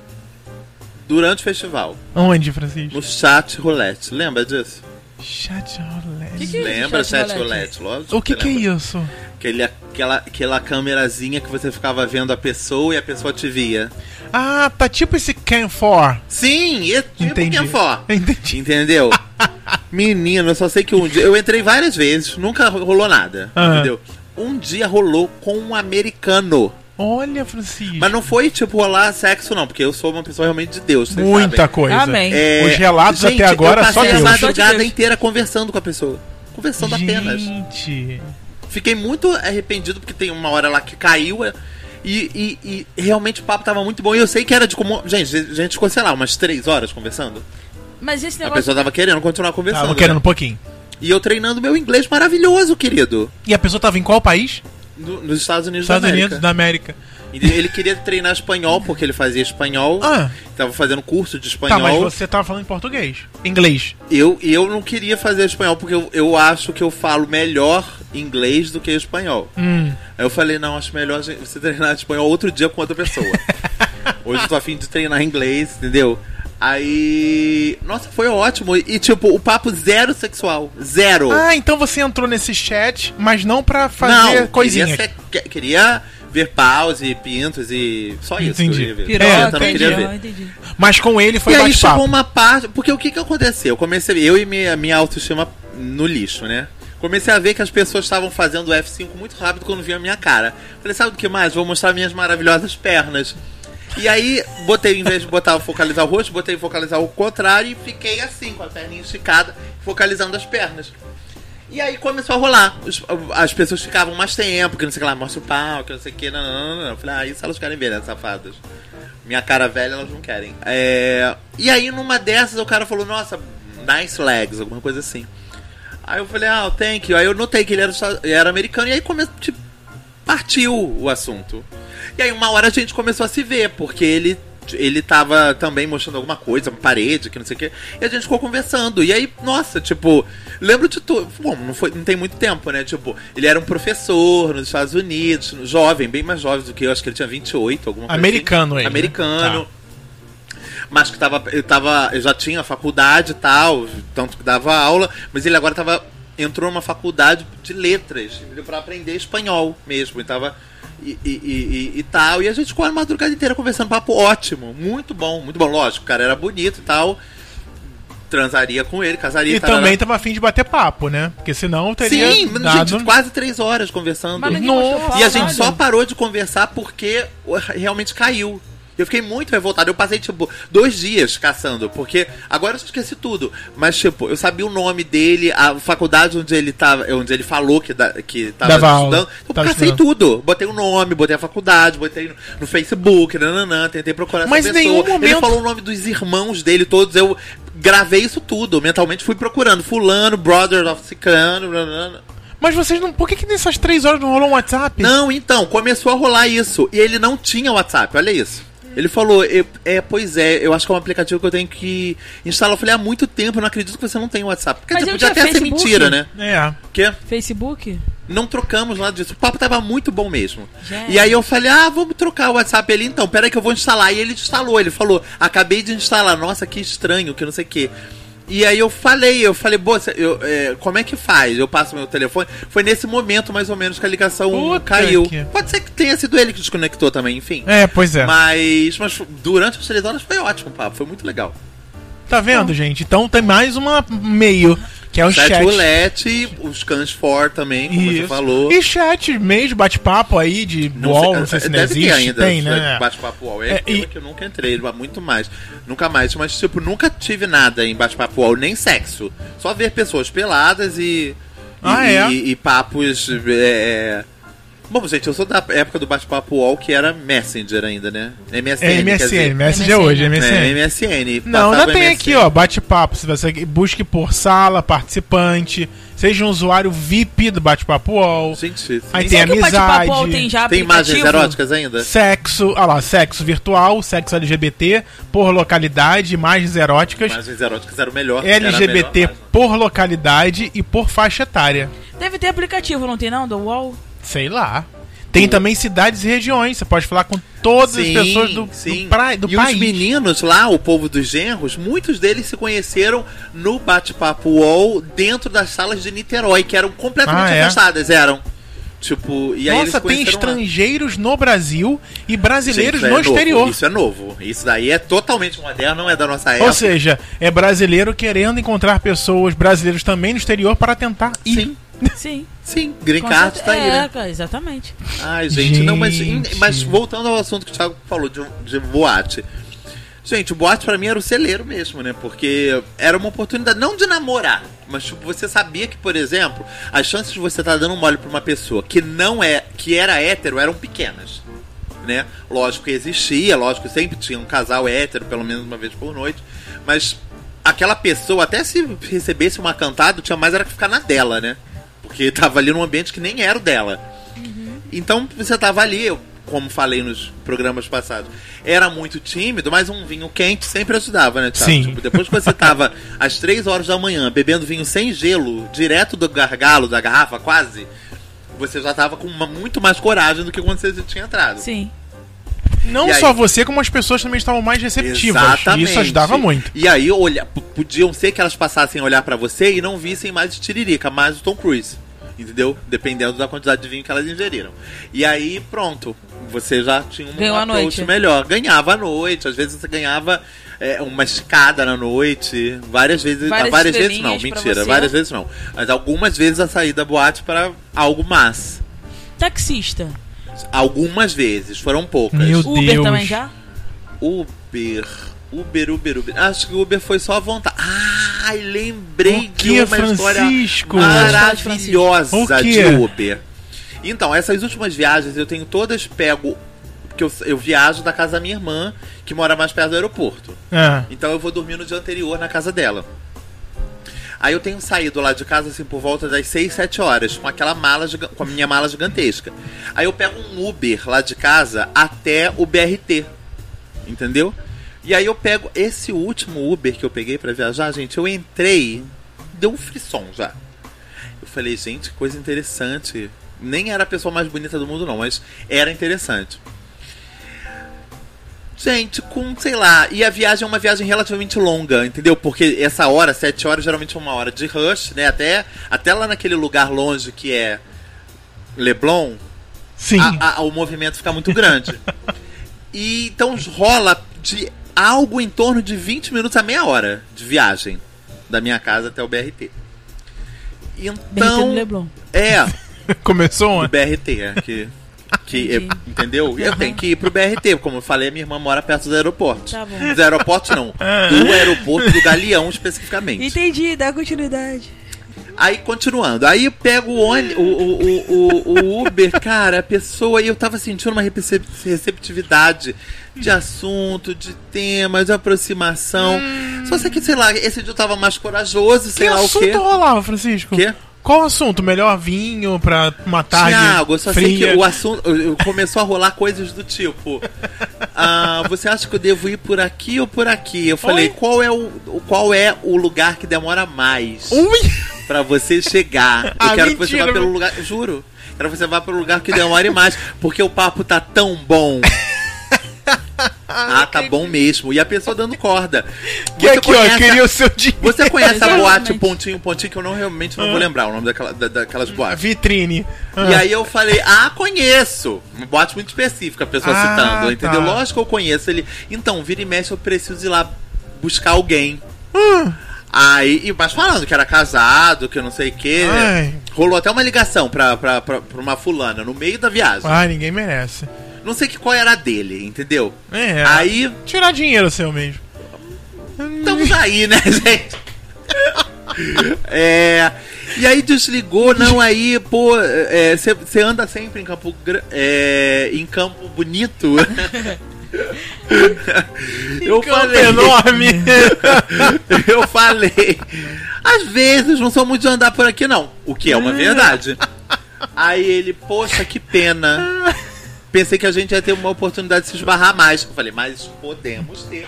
Durante o festival.
Onde, Francisco?
No chat roulette. Lembra disso?
Chat
Que
roulette.
que é
Lembra
chat
chat roulette? Lógico.
O que que é
lembra.
isso?
Aquele, aquela, aquela câmerazinha que você ficava vendo a pessoa e a pessoa te via.
Ah, tá tipo esse Can For.
Sim, e tipo
Entendi.
quem for.
Entendi. (laughs)
Entendeu? Menino, eu só sei que um dia. Eu entrei várias vezes, nunca rolou nada.
Aham.
Entendeu? Um dia rolou com um americano.
Olha, Francisco.
Mas não foi tipo rolar sexo, não, porque eu sou uma pessoa realmente de Deus. Vocês
Muita
sabem.
coisa.
Amém.
É,
Os relatos
gente,
até agora, é
eu
só
passei
Deus.
a
Só de
madrugada
Deus.
inteira conversando com a pessoa. Conversando apenas.
Gente.
Fiquei muito arrependido porque tem uma hora lá que caiu. é, E, e- e realmente o papo tava muito bom. E eu sei que era de como. Gente, a gente ficou, sei lá, umas três horas conversando.
Mas esse
A
negócio.
pessoa tava querendo continuar conversando.
Tava querendo um
né?
pouquinho.
E eu treinando meu inglês maravilhoso, querido.
E a pessoa tava em qual país?
no- nos Estados Unidos
Estados
da América.
Unidos da América.
Ele ele queria treinar espanhol, porque ele fazia espanhol.
Ah.
Tava fazendo curso de
Tá, mas
espanhol.
você tava falando em português. Inglês.
Eu, e eu não queria fazer espanhol, porque eu, eu acho que eu falo melhor inglês do que espanhol.
Hum.
Aí eu falei, não, acho melhor gente- você (laughs) treinar espanhol outro dia com outra
(laughs)
pessoa. Hoje eu tô afim de treinar inglês, entendeu? Aí. Nossa, foi ótimo. E tipo, o papo zero sexual. Zero.
Ah, então você entrou nesse chat, mas não pra fazer
não,
coisinhas.
Queria, ser- que- queria ver paus e pintos e. Só isso.
Entendi.
Que eu queria ver.
É,
Piroca,
eu
também queria
entendi,
ver.
entendi.
Mas com ele foi
e aí um
bate-papo.
chegou uma parte. Porque o que que aconteceu? Eu comecei. Eu e minha, minha autoestima no lixo, né? Comecei a ver que as pessoas estavam fazendo o F5 muito rápido quando viam a minha cara. Falei, sabe o que mais? Vou mostrar minhas maravilhosas pernas. E aí, botei, em vez de botar focalizar o rosto, botei focalizar o contrário e fiquei assim, com a perninha esticada, focalizando as pernas. E aí começou a rolar. Os- As pessoas ficavam mais tempo, que não sei o que lá, mostra o pau, que não sei o que, não, não, não, não. Eu falei, ah, isso elas querem ver, né, safadas? Minha cara velha elas não querem. É, E aí numa dessas o cara falou, nossa, nice legs, alguma coisa assim. Aí eu falei, ah, thank you. Aí eu notei que ele era, esta- era americano, e aí começou, tipo, partiu o assunto. E aí uma hora a gente começou a se ver, porque ele ele tava também mostrando alguma coisa, uma parede, que não sei o quê. E a gente ficou conversando. E aí, nossa, tipo, lembro de tudo. Bom, não, foi, não tem muito tempo, né? Tipo, ele era um professor nos Estados Unidos, jovem, bem mais jovem do que eu, acho que ele tinha 28, alguma coisa.
Americano
assim.
ele, né?
Americano. Mas que tava, eu tava. Eu já tinha faculdade e tal, tanto que dava aula, mas ele agora tava. entrou numa faculdade de letras, entendeu? pra aprender espanhol mesmo. E tava. E, e, e- e- e tal. E a gente ficou a madrugada inteira conversando, papo ótimo, muito bom, muito bom. Lógico, o cara era bonito e tal. Transaria com ele, casaria
E
tarará.
também tava afim de bater papo, né? Porque senão teria
né? Sim,
dado...
gente, quase três horas conversando.
Mas ninguém
Nossa.
mostrou
E a
foto,
gente
nada.
só parou de conversar porque realmente caiu. Eu fiquei muito revoltado. Eu passei, tipo, dois dias caçando, porque agora eu esqueci tudo. Mas, tipo, eu sabia o nome dele, a faculdade onde ele tava, onde ele falou que, da, que tava
Dava aula.
estudando. Então, Eu
Tava
cacei
estudando.
tudo. Botei o nome, botei a faculdade, botei no, no Facebook, nananã, tentei procurar
Mas
essa pessoa.
nenhum momento-
Ele falou o nome dos irmãos dele todos, eu gravei isso tudo. Mentalmente fui procurando. Fulano, brother of Ciclano, nananã.
Mas vocês não... Por que que nessas três horas não rolou um WhatsApp?
Não, então, começou a rolar isso. E ele não tinha WhatsApp, olha isso. Ele falou, eu- é, pois é, eu acho que é um aplicativo que eu tenho que instalar. Eu falei, há muito tempo, eu não acredito que você não tem WhatsApp. Quer
Mas
dizer,
eu
podia até
tinha
ser
Facebook.
mentira, né?
É.
Porque
Facebook?
não trocamos nada disso. O papo tava muito bom mesmo.
Gente.
E aí eu falei, ah, vamos trocar o WhatsApp ele então. Peraí que eu vou instalar. E ele instalou, ele falou, acabei de instalar. Nossa, que estranho, que não sei o quê. E aí eu falei, eu falei, "Boça, eu, é, como é que faz? Eu passo meu telefone. Foi nesse momento, mais ou menos, que a ligação
Puta
caiu.
que-
Pode ser que tenha sido ele que desconectou também, enfim.
É, pois é.
Mas, mas durante as três horas foi ótimo, o papo. Foi muito legal.
Tá vendo, gente? Então tem mais uma meio, que é o
Chat
chat.
roulette, os cans for também, como você
Isso.
falou.
E chat mesmo, bate-papo aí de wall, não sei se não
deve ter
existe.
ainda.
tem,
esse
né?
Bate-papo UOL. É,
É,
aquilo
e-
que eu nunca entrei, mas muito mais. Nunca mais. Mas, tipo, nunca tive nada em bate-papo UOL, nem sexo. Só ver pessoas peladas e. e-
Ah,
e,
é?
e papos. é, é. Bom, gente, eu sou da época do bate-papo UOL que era Messenger ainda, né? MSN.
É
quer
MSN,
dizer.
MSN é hoje, MSN.
É, MSN.
Não, ainda
Passava
tem
MSN.
aqui, ó, bate-papo. Se você busque por sala, participante, seja um usuário VIP do bate-papo UOL,
Gente,
Aí tem
sim.
Será que o
amizade.
bate-papo UOL tem já
tem imagens
aplicativo?
eróticas ainda?
sexo, olha lá, sexo virtual, sexo LGBT, por localidade, imagens eróticas,
Imagens eróticas era o melhor. era a melhor né?
LGBT
página.
por localidade e por faixa etária.
Deve ter aplicativo, não tem não? Do
(laughs)
UOL?
Sei lá. Tem também cidades e regiões. Você pode falar com todas as pessoas do,
sim.
do, pra, do
e
país.
os meninos lá, o povo dos genros, muitos deles se conheceram no bate-papo UOL dentro das salas de Niterói, que eram completamente
Ah, é?
afastadas, eram. Tipo, e aí eles
Nossa, tem
se conheceram lá.
estrangeiros no Brasil e brasileiros
Gente, é
no
novo,
exterior.
Isso é novo. Isso daí é totalmente moderno, não é da nossa época.
Ou seja, é brasileiro querendo encontrar pessoas brasileiros também no exterior para tentar ir.
sim,
Sim.
sim. Green
Com
Card
certeza.
tá aí,
é,
né?
cara, exatamente.
Ai, gente, não, mas, em-
Gente.
mas voltando ao assunto que o Thiago falou de, de boate. Gente, o boate pra mim era o celeiro mesmo, né? Porque era uma oportunidade não de namorar, mas tipo, você sabia que, por exemplo, as chances de você estar dando um mole pra uma pessoa que não é, que era hétero, eram pequenas. Né? Lógico que existia, lógico que sempre tinha um casal hétero, pelo menos uma vez por noite, mas aquela pessoa, até se recebesse uma cantada, tinha mais era que ficar na dela, né? Porque tava ali num ambiente que nem era o dela. Então você tava ali, eu, como falei nos programas passados, era muito tímido, mas um vinho quente sempre ajudava, né, Thiago?
Sim.
Tipo, depois que você tava às três horas da manhã bebendo vinho sem gelo, direto do gargalo, da garrafa, quase, você já tava com uma- muito mais coragem do que quando você tinha entrado.
Sim.
Não
E aí?
só você, como as pessoas também estavam mais receptivas. E isso ajudava muito.
E aí, olha, p- podiam ser que elas passassem a olhar pra você e não vissem mais tiririca, mais o Tom Cruise. Entendeu? Dependendo da quantidade de vinho que elas ingeriram. E aí, pronto. Você já tinha um
Ganhou a
approach
noite.
melhor. Ganhava a noite. Às vezes você ganhava é, uma escada na noite. Várias vezes.
Várias
ah, várias vezes não,
estrelinhas pra
mentira.
você.
Várias vezes não. Mas algumas vezes a saída da boate para algo mais.
Taxista.
Algumas vezes, foram poucas.
Meu
Uber
Deus.
também já?
Uber. Uber, Uber, Uber. Acho que o Uber foi só a vontade. Ai, lembrei
O
de
quê,
uma
Francisco?
história maravilhosa
O quê?
de Uber. Então, essas últimas viagens eu tenho todas pego. Porque eu, eu viajo da casa da minha irmã, que mora mais perto do aeroporto.
Ah,
Então eu vou dormir no dia anterior na casa dela. Aí eu tenho saído lá de casa, assim, por volta das 6, 7 horas, com aquela mala, giga- com a minha mala gigantesca. Aí eu pego um Uber lá de casa até o BRT, entendeu? E aí eu pego esse último Uber que eu peguei pra viajar, gente, eu entrei, deu um frisson já. Eu falei, gente, que coisa interessante. Nem era a pessoa mais bonita do mundo, não, mas era interessante. Gente, com, sei lá, e a viagem é uma viagem relativamente longa, entendeu? Porque essa hora, sete horas, geralmente é uma hora de rush, né? Até, até lá naquele lugar longe que é Leblon,
sim. (laughs)
a- a- o movimento fica muito grande. e então rola de algo em torno de 20 minutos a meia hora de viagem da minha casa até o BRT.
Derretendo
Então,
Leblon.
é,
Começou
o
ontem.
BRT, é, que, que
Entendi.
é, entendeu? E Eu tenho que ir pro BRT, como eu falei, minha irmã mora perto do aeroporto.
Tá bom. Ah.
Do aeroporto não, do aeroporto do Galeão especificamente.
Entendi, dá continuidade.
Aí, continuando. Aí eu pego o, ôni- o, o, o, o- o Uber, cara, a pessoa... E eu tava sentindo uma recep- receptividade de assunto, de tema, de aproximação.
Hum.
Só sei que, sei lá, esse dia eu tava mais corajoso, sei
que
lá o
assunto
quê.
rolava, Francisco?
Quê?
Qual assunto? Melhor vinho pra uma tarde
Tiago, eu só
fria?
sei que o assunto. eu- eu- Começou a rolar coisas do tipo. Ah, você acha que eu devo ir por aqui ou por aqui? Eu falei,
Oi?
qual é, o, o- qual é o lugar que demora mais
Ui!
pra
(laughs)
você chegar? Eu
Um? Ah,
quero que você
mentira,
vá pelo
meu.
lugar. Juro. Quero que você vá pelo lugar que demore mais, porque o papo tá tão
(laughs)
bom. Ah, tá bom mesmo. E a pessoa dando corda.
Que
Você
aqui, ó,
conhece-
eu queria o seu (laughs) dinheiro.
Você conhece a
Exatamente.
boate Pontinho Pontinho, que eu não realmente não
Ah.
vou lembrar o nome daquela, da- daquelas boates.
Vitrine.
E
Ah.
aí eu falei, ah, conheço. Um bote muito específico, a pessoa
Ah,
citando, entendeu?
tá.
Lógico que eu conheço ele. Então, vira e mexe, eu preciso ir lá buscar alguém.
Ah.
Aí, e- mas falando que era casado, que eu não sei o quê. né?
Ai.
Rolou até uma ligação pra, pra, pra, pra uma fulana no meio da viagem.
Ai, ah, ninguém merece.
Não sei que qual era a dele, entendeu?
É.
Aí,
Tirar dinheiro seu mesmo.
estamos aí, né, gente? É, e aí desligou, não, aí, pô, você anda sempre em campo, Gran- é, em campo bonito. eu falei, (laughs)
enorme.
eu falei, às vezes não sou muito de andar por aqui não, o que é uma verdade. Aí ele, poxa, que pena. Pensei que a gente ia ter uma oportunidade de se esbarrar mais. Eu falei, mas podemos ter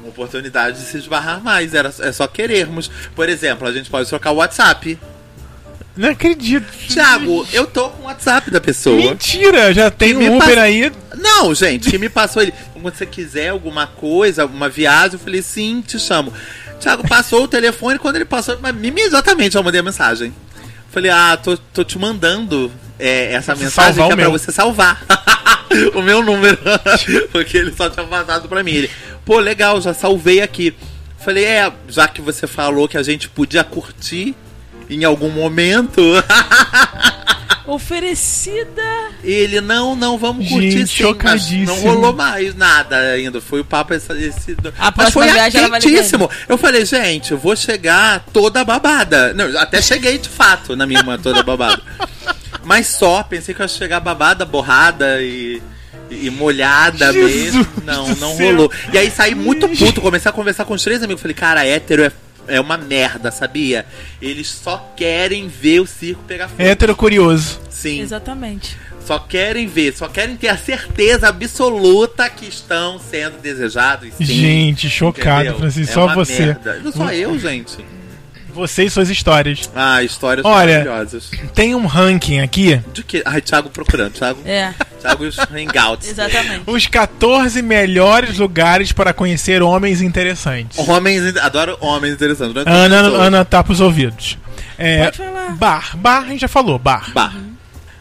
uma oportunidade de se esbarrar mais. Era, é só querermos. Por exemplo, a gente pode trocar o WhatsApp.
Não acredito.
Thiago, eu tô com o WhatsApp da pessoa.
Mentira, já tem
me
um Uber
passa-
aí.
Não, gente, que me passou ele. Quando você quiser alguma coisa, uma viagem, eu falei, sim, te chamo. Thiago passou o telefone, quando ele passou, mas imediatamente eu mandei a mensagem. Falei, ah, tô, tô te mandando é, essa
Você
mensagem
salvar
que é
o
pra
meu.
você salvar. (laughs) o meu número. (laughs) Porque ele só tinha mandado pra mim. Ele, pô, legal, já salvei aqui. Falei, é, já que você falou que a gente podia curtir em algum momento. (laughs)
Oferecida.
E ele, não, não, vamos
Gente,
curtir sim, mas
chocadíssimo.
não rolou mais nada ainda. Foi o papo esse... esse
A
mas
próxima
foi
viagem ela vai
quentíssimo. Eu falei, gente, eu vou chegar toda babada. Não, até cheguei de fato na minha irmã toda babada. Mas só, pensei que eu ia chegar babada, borrada e... E molhada
Jesus
mesmo. Não,
do
não
céu.
rolou. E aí saí muito puto, comecei a conversar com os três amigos. Falei, cara, hétero é, é uma merda, sabia? Eles só querem ver o circo pegar fogo.
Hétero curioso.
Sim.
Exatamente.
Só querem ver, só querem ter a certeza absoluta que estão sendo desejados. Sim,
Gente, chocado,
entendeu?
Francisco.
É
só
uma
você.
merda. Não só eu, gente.
Você e suas histórias.
Ah, histórias
Olha.
maravilhosas.
Tem um ranking aqui.
De que? Ai, Thiago procurando, Thiago.
É,
Thiago e os
(laughs)
hangouts.
exatamente.
Os 14 melhores lugares para conhecer homens interessantes.
Oh, Homens, adoro homens interessantes. Durante
Ana,
todas as horas.
Ana tapa os ouvidos. É,
Pode falar.
bar. Bar, a gente já falou. Bar.
Bah.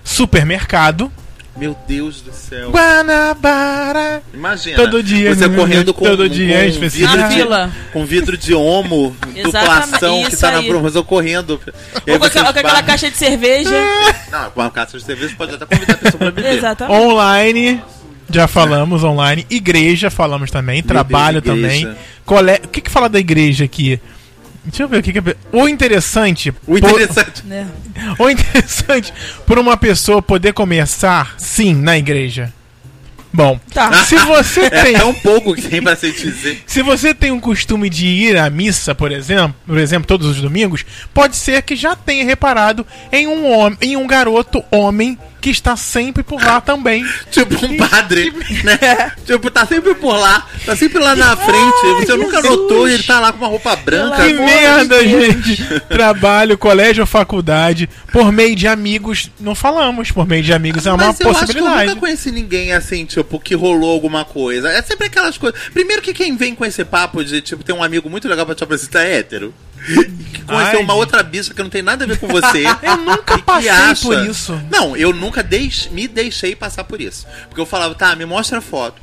Supermercado.
Meu Deus do céu.
Guanabara.
Imagina.
Todo dia,
Você
né?
correndo com,
Todo
com,
dia,
com um
às vezes.
vidro
Na
de-
fila.
Com um vidro de homo, duplação
Exatamente,
que
isso
tá na
aí.
promoção correndo. E aí
Ou com
você
aquela, com aquela
esbarra-
caixa de cerveja.
(laughs)
Tá.
Não, com uma caixa de cerveja pode até convidar a pessoa pra beber.
Exatamente.
Online. Já falamos online. Igreja, falamos também.
Deus,
trabalho
igreja.
também. Cole... O que que fala da igreja aqui? Deixa eu ver o que que é... O interessante...
O
po-
interessante.
Né?
(laughs) O interessante por uma pessoa poder começar, sim, na igreja. Bom,
Tá.
se (laughs) você tem...
(laughs) É, é um pouco que tem pra se dizer.
Se você tem um costume de ir à missa, por exemplo, por exemplo, todos os domingos, pode ser que já tenha reparado em um homem, em um garoto homem que está sempre por lá também.
Tipo um padre,
É.
né? Tipo, tá sempre por lá, tá sempre lá na frente. Você nunca
Jesus.
notou e ele tá lá com uma roupa branca.
Que
Pelo amor de
merda,
Deus.
gente! Trabalho, colégio ou faculdade, por meio de amigos, não falamos, por meio de amigos é uma
Mas eu acho que eu
possibilidade.
nunca conheci ninguém assim, tipo, que rolou alguma coisa. É sempre aquelas coisas. Primeiro que quem vem com esse papo de, tipo, tem um amigo muito legal pra te apresentar é hétero. (laughs) Que
Ai, É
conheceu uma
gente.
outra bicha que não tem nada a ver
(laughs)
com você.
Eu nunca
Ah, e que
passei por isso.
Não, eu nunca deix... me deixei passar por isso. Porque eu falava, tá, me mostra a foto.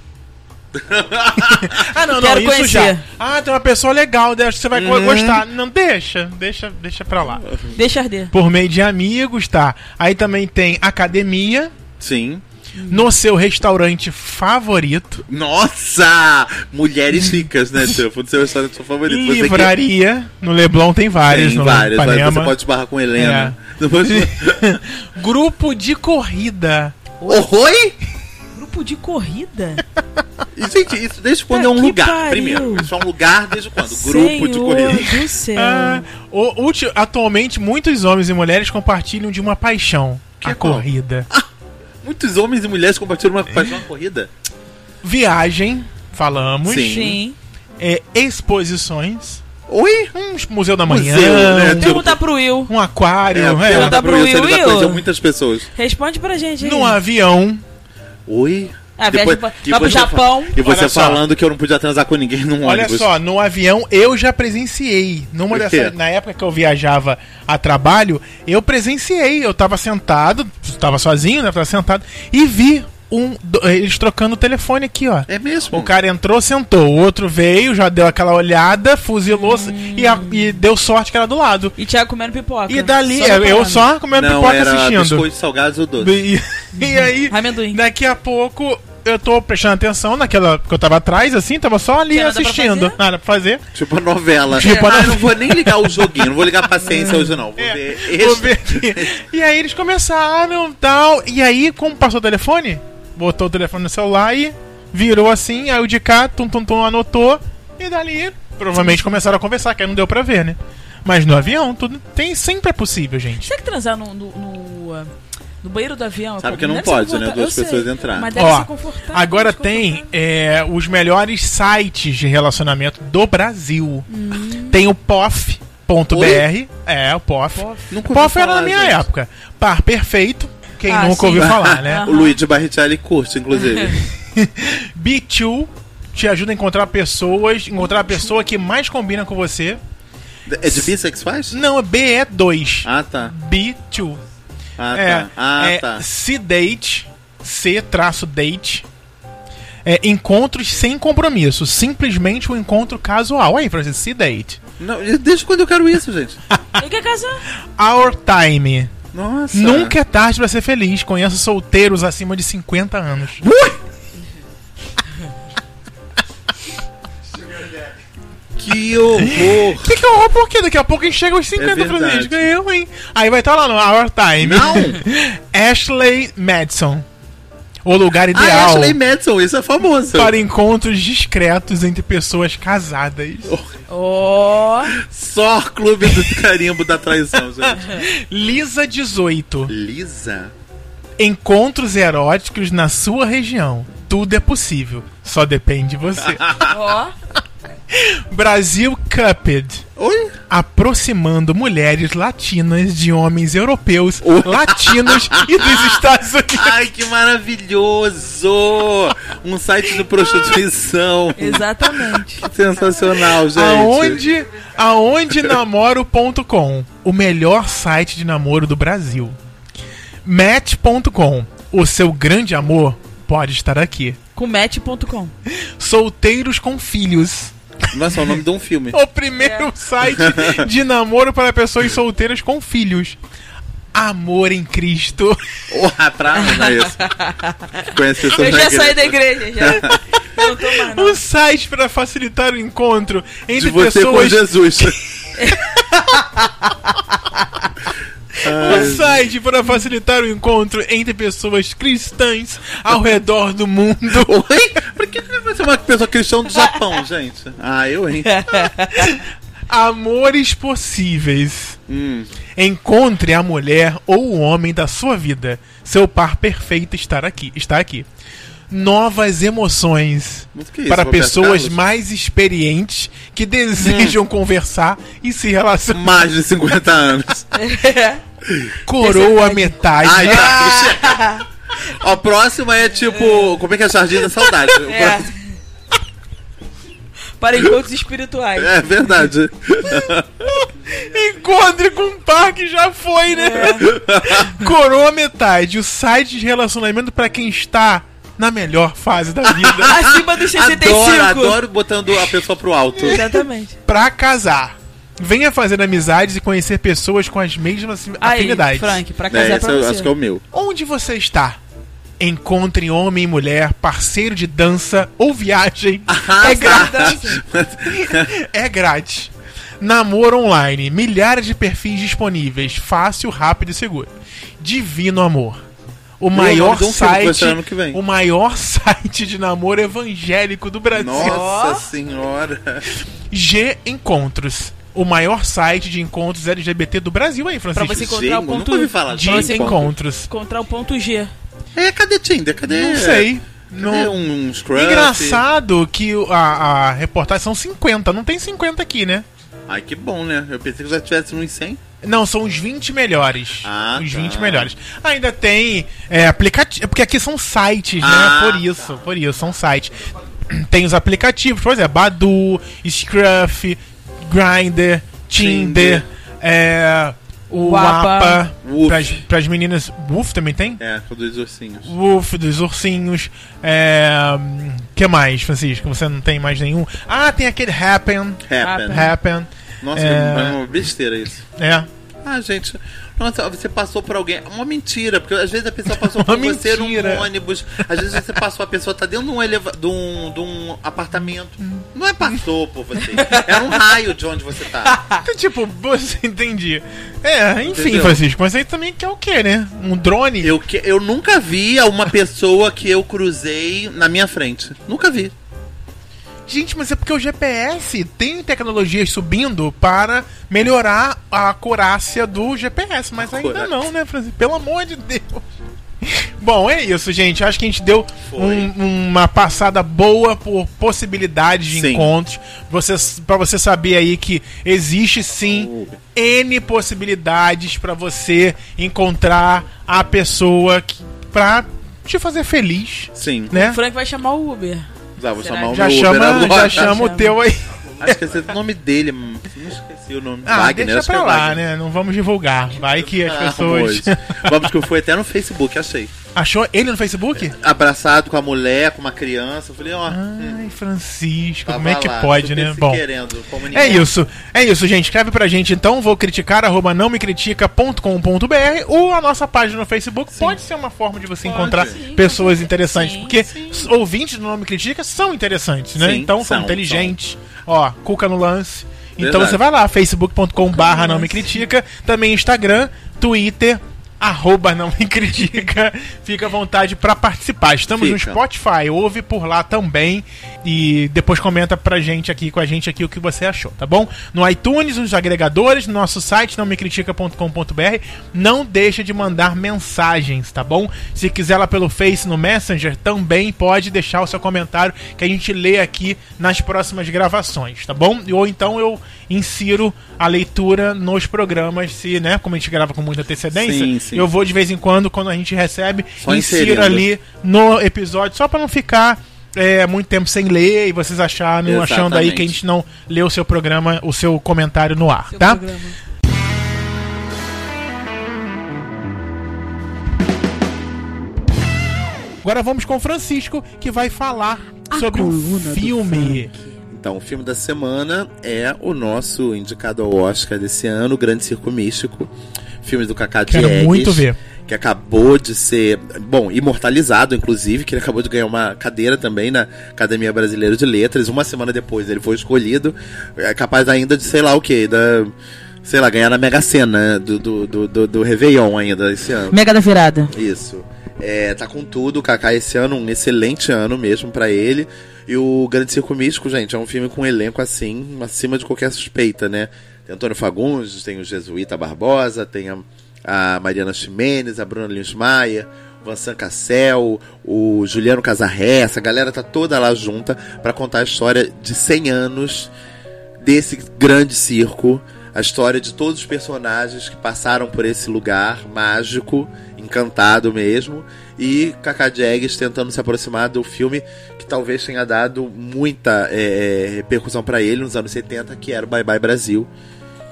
Ah, não, não,
Quero
isso
conhecer.
já. Ah, tem uma pessoa legal, dessa que você vai
Uhum.
gostar. Não, deixa, deixa, deixa pra lá.
Deixa arder.
Por meio de amigos, tá? Aí também tem academia,
Sim.
no seu restaurante favorito,
Nossa! Mulheres ricas, né, Tipo, do seu restaurante seu favorito. Você que-
livraria, no Leblon tem várias,
Tem
no
várias, mas
né, Ipanema.
você pode esbarrar com Helena.
É.
Depois-
(laughs)
Grupo de corrida.
Oh, Oi?
Grupo de corrida?
E, Gente, isso desde quando
Tá
é um
que
lugar,
pariu.
primeiro. Isso é um lugar desde quando? Grupo de
Senhor
corrida.
do céu.
Ah, o- ulti- atualmente, muitos homens e mulheres compartilham de uma paixão, que é
Ah, qual?
corrida.
Muitos homens e mulheres compartilham uma, fazem uma corrida.
Viagem, falamos.
Sim.
Sim.
É, exposições.
Oi?
Um museu da manhã.
Museu, né? Tipo,
Perguntar pro Will.
Um aquário.
É,
é.
pergunta
Perguntar tá
pro
pro
Will se
Will,
ele já
Will.
conheceu muitas pessoas.
Responde pra gente aí.
Num avião.
Oi?
Ah, viagem pra- vai pro
você fa-
Japão.
E você
Olha só.
falando que eu não podia transar com ninguém num
Olha
ônibus.
só, no avião eu já presenciei. Numa
O quê?
dessa, na época que eu viajava a trabalho, eu presenciei. Eu tava sentado, tava sozinho, né? Tava sentado, e vi um, do- eles trocando o telefone aqui, ó.
É mesmo?
O cara entrou, sentou, o outro veio, já deu aquela olhada, fuzilou e, a- e deu sorte que era do lado.
E Thiago comendo pipoca.
E dali,
é,
Só
eu, eu
reparando.
só comendo
não,
pipoca
era
assistindo.
biscoito salgado ou doce.
E, (laughs) e aí,
Amendoim.
daqui a pouco, eu tô prestando atenção naquela que eu tava atrás, assim, tava só ali
Tinha nada pra
assistindo.
fazer?
Nada pra fazer.
Tipo a novela.
Tipo a
ah,
novela.
não vou nem ligar o joguinho, não vou ligar a paciência hoje não. Vou
É,
ver
vou
esse.
ver aqui. E aí eles começaram "Ah, tal. E aí, como passou o telefone, botou o telefone no celular e virou assim. Aí o de cá, tum tum tum, anotou. E dali, provavelmente começaram a conversar, que aí não deu pra ver, né? Mas no avião, tudo tem sempre é possível, gente.
Será que transar no, no, no, ah, no banheiro do avião? é
Sabe
como-
que não
deve ser
pode, né?
confortável,
Duas
eu
pessoas
sei,
entrarem.
Mas deve
Ó,
ser confortável.
agora
desconfortável.
tem é, os melhores sites de relacionamento do Brasil.
Hum.
Tem o POF.br,
Oi?
é o POF.
Pof.
Nunca ouvi
Qual foi
falar,
na minha
gente.
época? Par perfeito. Quem
Ah,
nunca
sim.
ouviu
(laughs)
falar, né? É.
Aham.
O Luigi Barrichelli curte, inclusive.
B2 te ajuda a encontrar pessoas, encontrar a pessoa que mais combina com você.
é de bissexuais?
Não, é BE2.
Ah, tá.
B2.
Ah,
é,
tá. Ah,
é
tá.
C-Date, C-Date. É, encontros sem compromisso, simplesmente um encontro casual. Aí, Francisco, C-Date.
Não, desde quando eu quero isso, gente?
Ele quer casar.
Our Time.
Nossa.
Nunca é tarde pra ser feliz. Conheço solteiros acima de 50 anos.
Que horror.
Que que horror, por quê? Daqui a pouco a gente chega aos 50,
É verdade.
Francisco. Eu, hein? Aí vai estar lá no Our Time.
Não.
(laughs) Ashley Madison. O lugar
Ah,
ideal
Ashley Madison, isso é famoso.
para encontros discretos entre pessoas casadas.
Ó.
Só clube do carimbo da traição, gente.
Lisa 18.
Lisa?
Encontros eróticos na sua região. Tudo é possível. Só depende de
(laughs)
você.
Ó.
Brasil Cupid.
Oi?
Aproximando mulheres latinas de homens europeus, latinos e
(laughs)
dos Estados Unidos.
Ai, que maravilhoso! Um site de prostituição.
Exatamente.
Sensacional, gente.
Aonde, aonde namoro.com, o melhor site de namoro do Brasil. Match.com, o seu grande amor pode estar aqui.
Com match.com.
Solteiros com filhos,
Nossa, é o nome de um filme.
o primeiro site de namoro para pessoas solteiras com filhos. Amor em Cristo.
Porra, pra não é isso. Conhece pessoas
Eu
na
já saí da igreja, já. Eu não tô mais, não.
Um site para facilitar o encontro
De
entre
você com
pessoas
Jesus.
Um site para facilitar o encontro entre pessoas cristãs ao redor do mundo.
Oi? Por que vai ser uma pessoa cristã do Japão, gente? Ah, eu, hein?
Amores possíveis.
Hum.
Encontre a mulher ou o homem da sua vida. Seu par perfeito estar aqui, está aqui. Novas emoções
Mas que isso,
para
Roberto
pessoas
Carlos? Hum.
mais experientes que desejam conversar e se relacionar.
Mais de 50 anos. (laughs)
Coroa metade.
Hum. Ai, tá. chega. Ó, a próxima é tipo. Como é que é a sardinha da saudade? O
É.
próximo-
Para encontros espirituais.
É verdade.
(laughs) Encontre com um par que já foi, né?
É.
Coroa metade. O site de relacionamento para quem está na melhor fase da
(laughs)
vida.
Acima dos 65.
Adoro, adoro botando a pessoa pro alto.
Exatamente.
pra casar. Venha fazer amizades e conhecer pessoas com as mesmas
Aí,
afinidades.
Frank, pra casar pra
É, esse eu
você.
acho que é o meu.
Onde você está? Encontre homem e mulher, parceiro de dança ou
(laughs)
viagem.
Ah,
é, gra-
tá.
é grátis. Namoro online, milhares de perfis disponíveis, fácil, rápido e seguro. Divino Amor. O
nome
maior
de um filme que vai
site,
estrear ano que vem.
o maior (laughs) site de namoro evangélico do Brasil.
Nossa
Ó.
senhora.
G Encontros, o maior site de encontros LGBT do Brasil aí, Francisco.
Pra você encontrar
Gente,
o ponto
nunca ouvi falar
de
Pra você
encontros.
Encontrar o ponto G.
É, cadê Tinder? Cadê?
Não sei.
Cadê
Não... É
um, um scrub?
Engraçado que o- a, a reportagem são 50, não tem 50 aqui, né?
Ai, que bom, né? Eu pensei que já tivesse uns 100.
Não, são os 20 melhores.
Ah,
os
tá.
20 melhores. Ainda tem é, aplicativo. Porque aqui são sites, né?
Ah,
por isso, por isso, são sites. (clears throat) Tem os aplicativos, por exemplo, Badu, Scruff, Grindr, Tinder,
Tinder.
é, o
Wapa.
Wapa.
Woof.
Pras, pras meninas. Woof também tem?
É, com dois ursinhos.
Wolf, dos ursinhos. É. hum, que mais, Francisco? Você não tem mais nenhum? Ah, tem aquele Happen.
Happen.
Happen.
Nossa,
É.
é uma besteira isso.
É.
Ah, gente. Nossa, você passou por alguém. Uma mentira, porque às vezes a pessoa passou
Uma
por você
mentira.
num ônibus. Às vezes você passou, a pessoa tá dentro de um, eleva... de um, de um apartamento. Não é passou por você. É um raio de onde você tá.
Então, tipo, você (laughs) entendi. É, enfim,
Entendeu?
Francisco, mas aí também que é o quê, né? Um drone?
Eu, que... eu nunca vi uma pessoa que eu cruzei na minha frente. Nunca vi.
Gente, mas é porque o GPS tem tecnologias subindo para melhorar a acurácia do GPS, mas ainda
Acurácia.
não, né, Francisco? Pelo amor de Deus. (laughs) Bom, é isso, gente. Acho que a gente deu um- uma passada boa por possibilidades de
Sim.
encontros. Você, para você saber aí que existe sim N possibilidades para você encontrar a pessoa que, pra te fazer feliz,
Sim.
né?
O Frank vai chamar o Uber.
Já vou
Será
chamar o
Já
meu Uber
chama,
agora.
já chama o
(laughs)
Chama.
teu aí.
Ah, esqueci o nome dele. Não esqueci o nome.
Ah, deixa
acho que é
pra lá,
Wagner.
né? Não vamos divulgar. Vai que as
Ah,
pessoas.
Vamos. Vamos que eu fui até no Facebook, achei.
(laughs) Achou ele no Facebook?
Abraçado com a mulher, com uma criança. Eu falei, ó. hum,
Ai, Francisco,
tava
Ah, como é que
lá,
pode,
super
né?
se
Bom.
querendo, como
É
ninguém.
isso, é isso, gente. Escreve pra gente então, vou criticar, arroba não me critica.com.br ou a nossa página no Facebook. Pode ser uma forma de você encontrar
sim,
pessoas interessantes,
Sim,
porque os ouvintes do Não Me Critica são interessantes, né?
Sim,
então são,
são,
inteligentes. Ó, cuca no lance. Então
Verdade.
você vai lá, facebook.com barra não me critica, também Instagram, Twitter, arroba não me critica. Fica à vontade pra participar. Estamos no
Fica.
Spotify. Spotify, ouve por lá também e depois comenta pra gente aqui, com a gente aqui o que você achou, tá bom? No iTunes, nos agregadores, no nosso site não mecritica.com.br, não deixa de mandar mensagens, tá bom? Se quiser lá pelo Face, no Messenger, também pode deixar o seu comentário que a gente lê aqui nas próximas gravações, tá bom? Ou então eu insiro a leitura nos programas, se, né, como a gente grava com muita antecedência,
Sim, sim.
eu vou de vez em quando, quando a gente recebe,
Só
insiro
inserindo.
ali no episódio, só pra não ficar é, muito tempo sem ler e vocês acharam, achando aí
Exatamente.
que a gente não leu o seu programa, o seu comentário no ar,
Seu
tá?
programa.
Agora vamos com o Francisco, que vai falar sobre um
coluna do
filme.
Então, o filme da semana é o nosso indicado ao Oscar desse ano, O Grande Circo Místico. filmes do Kaká
Quero
Diegues,
muito ver.
Que acabou de ser, bom, imortalizado, inclusive, que ele acabou de ganhar uma cadeira também na Academia Brasileira de Letras. Uma semana depois ele foi escolhido. É capaz ainda de, sei lá o quê, da. Sei lá, ganhar na Mega Sena né, do, do, do, do, do Réveillon ainda esse ano.
Mega da virada.
Isso. É, tá com tudo, o Kaká esse ano, um excelente ano mesmo pra ele. E o Grande Circo Místico, gente, é um filme com um elenco assim, acima de qualquer suspeita, né? Tem Antônio Fagundes, tem o Jesuíta Barbosa, tem a, a Mariana Ximenes, a Bruna Lins Maia, o Vansan Cassel, o Juliano Casarré, essa galera tá toda lá junta pra contar a história de 100 anos desse grande circo, a história de todos os personagens que passaram por esse lugar mágico, encantado mesmo, e Kaká Diegues tentando se aproximar do filme que talvez tenha dado muita eh, repercussão para ele nos anos 70, que era o Bye Bye Brasil,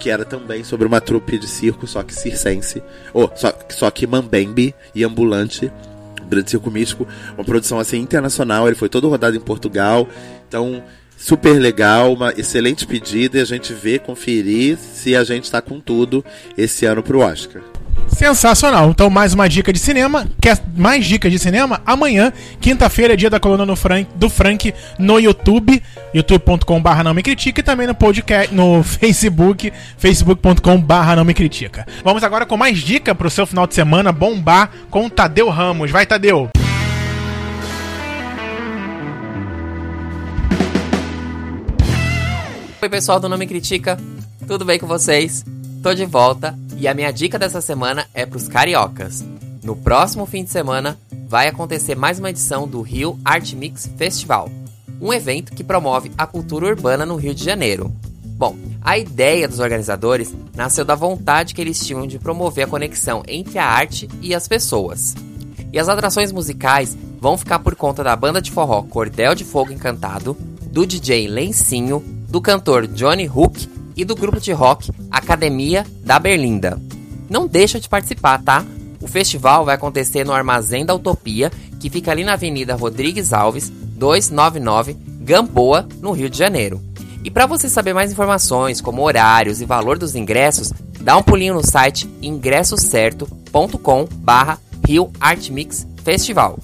que era também sobre uma trupe de circo, só que circense, ou só, só que mambembe e ambulante, Grande Circo Místico, uma produção assim internacional, ele foi todo rodado em Portugal. Então, super legal, uma excelente pedida e a gente vê, conferir se a gente tá com tudo esse ano pro Oscar.
Sensacional. Então, mais uma dica de cinema. Quer mais dicas de cinema? Amanhã, quinta-feira, é dia da coluna no Frank, do Frank no YouTube, youtube.com.br não me critica e também no podcast, no (laughs) Facebook, facebook.com.br não me critica. Vamos agora com mais dica pro seu final de semana bombar com o Tadeu Ramos. Vai, Tadeu!
Oi, pessoal do Não Me Critica, tudo bem com vocês? Tô de volta e a minha dica dessa semana é pros cariocas. No próximo fim de semana vai acontecer mais uma edição do Rio Art Mix Festival, um evento que promove a cultura urbana no Rio de Janeiro. Bom, a ideia dos organizadores nasceu da vontade que eles tinham de promover a conexão entre a arte e as pessoas. E as atrações musicais vão ficar por conta da banda de forró Cordel de Fogo Encantado, do DJ Lencinho, do cantor Johnny Hook e do grupo de rock Academia da Berlinda. Não deixa de participar, tá? O festival vai acontecer no Armazém da Utopia, que fica ali na Avenida Rodrigues Alves, 299, Gamboa, no Rio de Janeiro. E para você saber mais informações, como horários e valor dos ingressos, dá um pulinho no site ingressocerto.com barra Rio Art Mix Festival.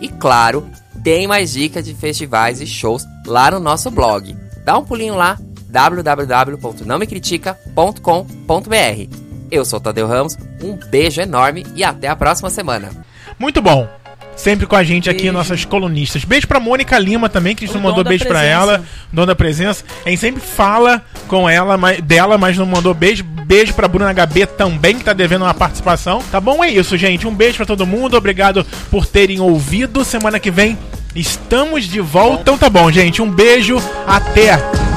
E claro, tem mais dicas de festivais e shows lá no nosso blog. Dá um pulinho lá, www.nãomecritica.com.br. Eu sou o Tadeu Ramos, um beijo enorme e até a próxima semana.
Muito bom. Sempre com a gente aqui, nossas colunistas. Beijo pra Mônica Lima também, que a gente
O
não mandou
dom da
beijo pra
presença.
ela, dona da presença. A gente sempre fala com ela, mas, dela, mas não mandou beijo. Beijo pra Bruna HB também, que tá devendo uma participação. Tá bom? É isso, gente. Um beijo pra todo mundo. Obrigado por terem ouvido. Semana que vem estamos de volta. Então tá bom, gente. Um beijo. Até.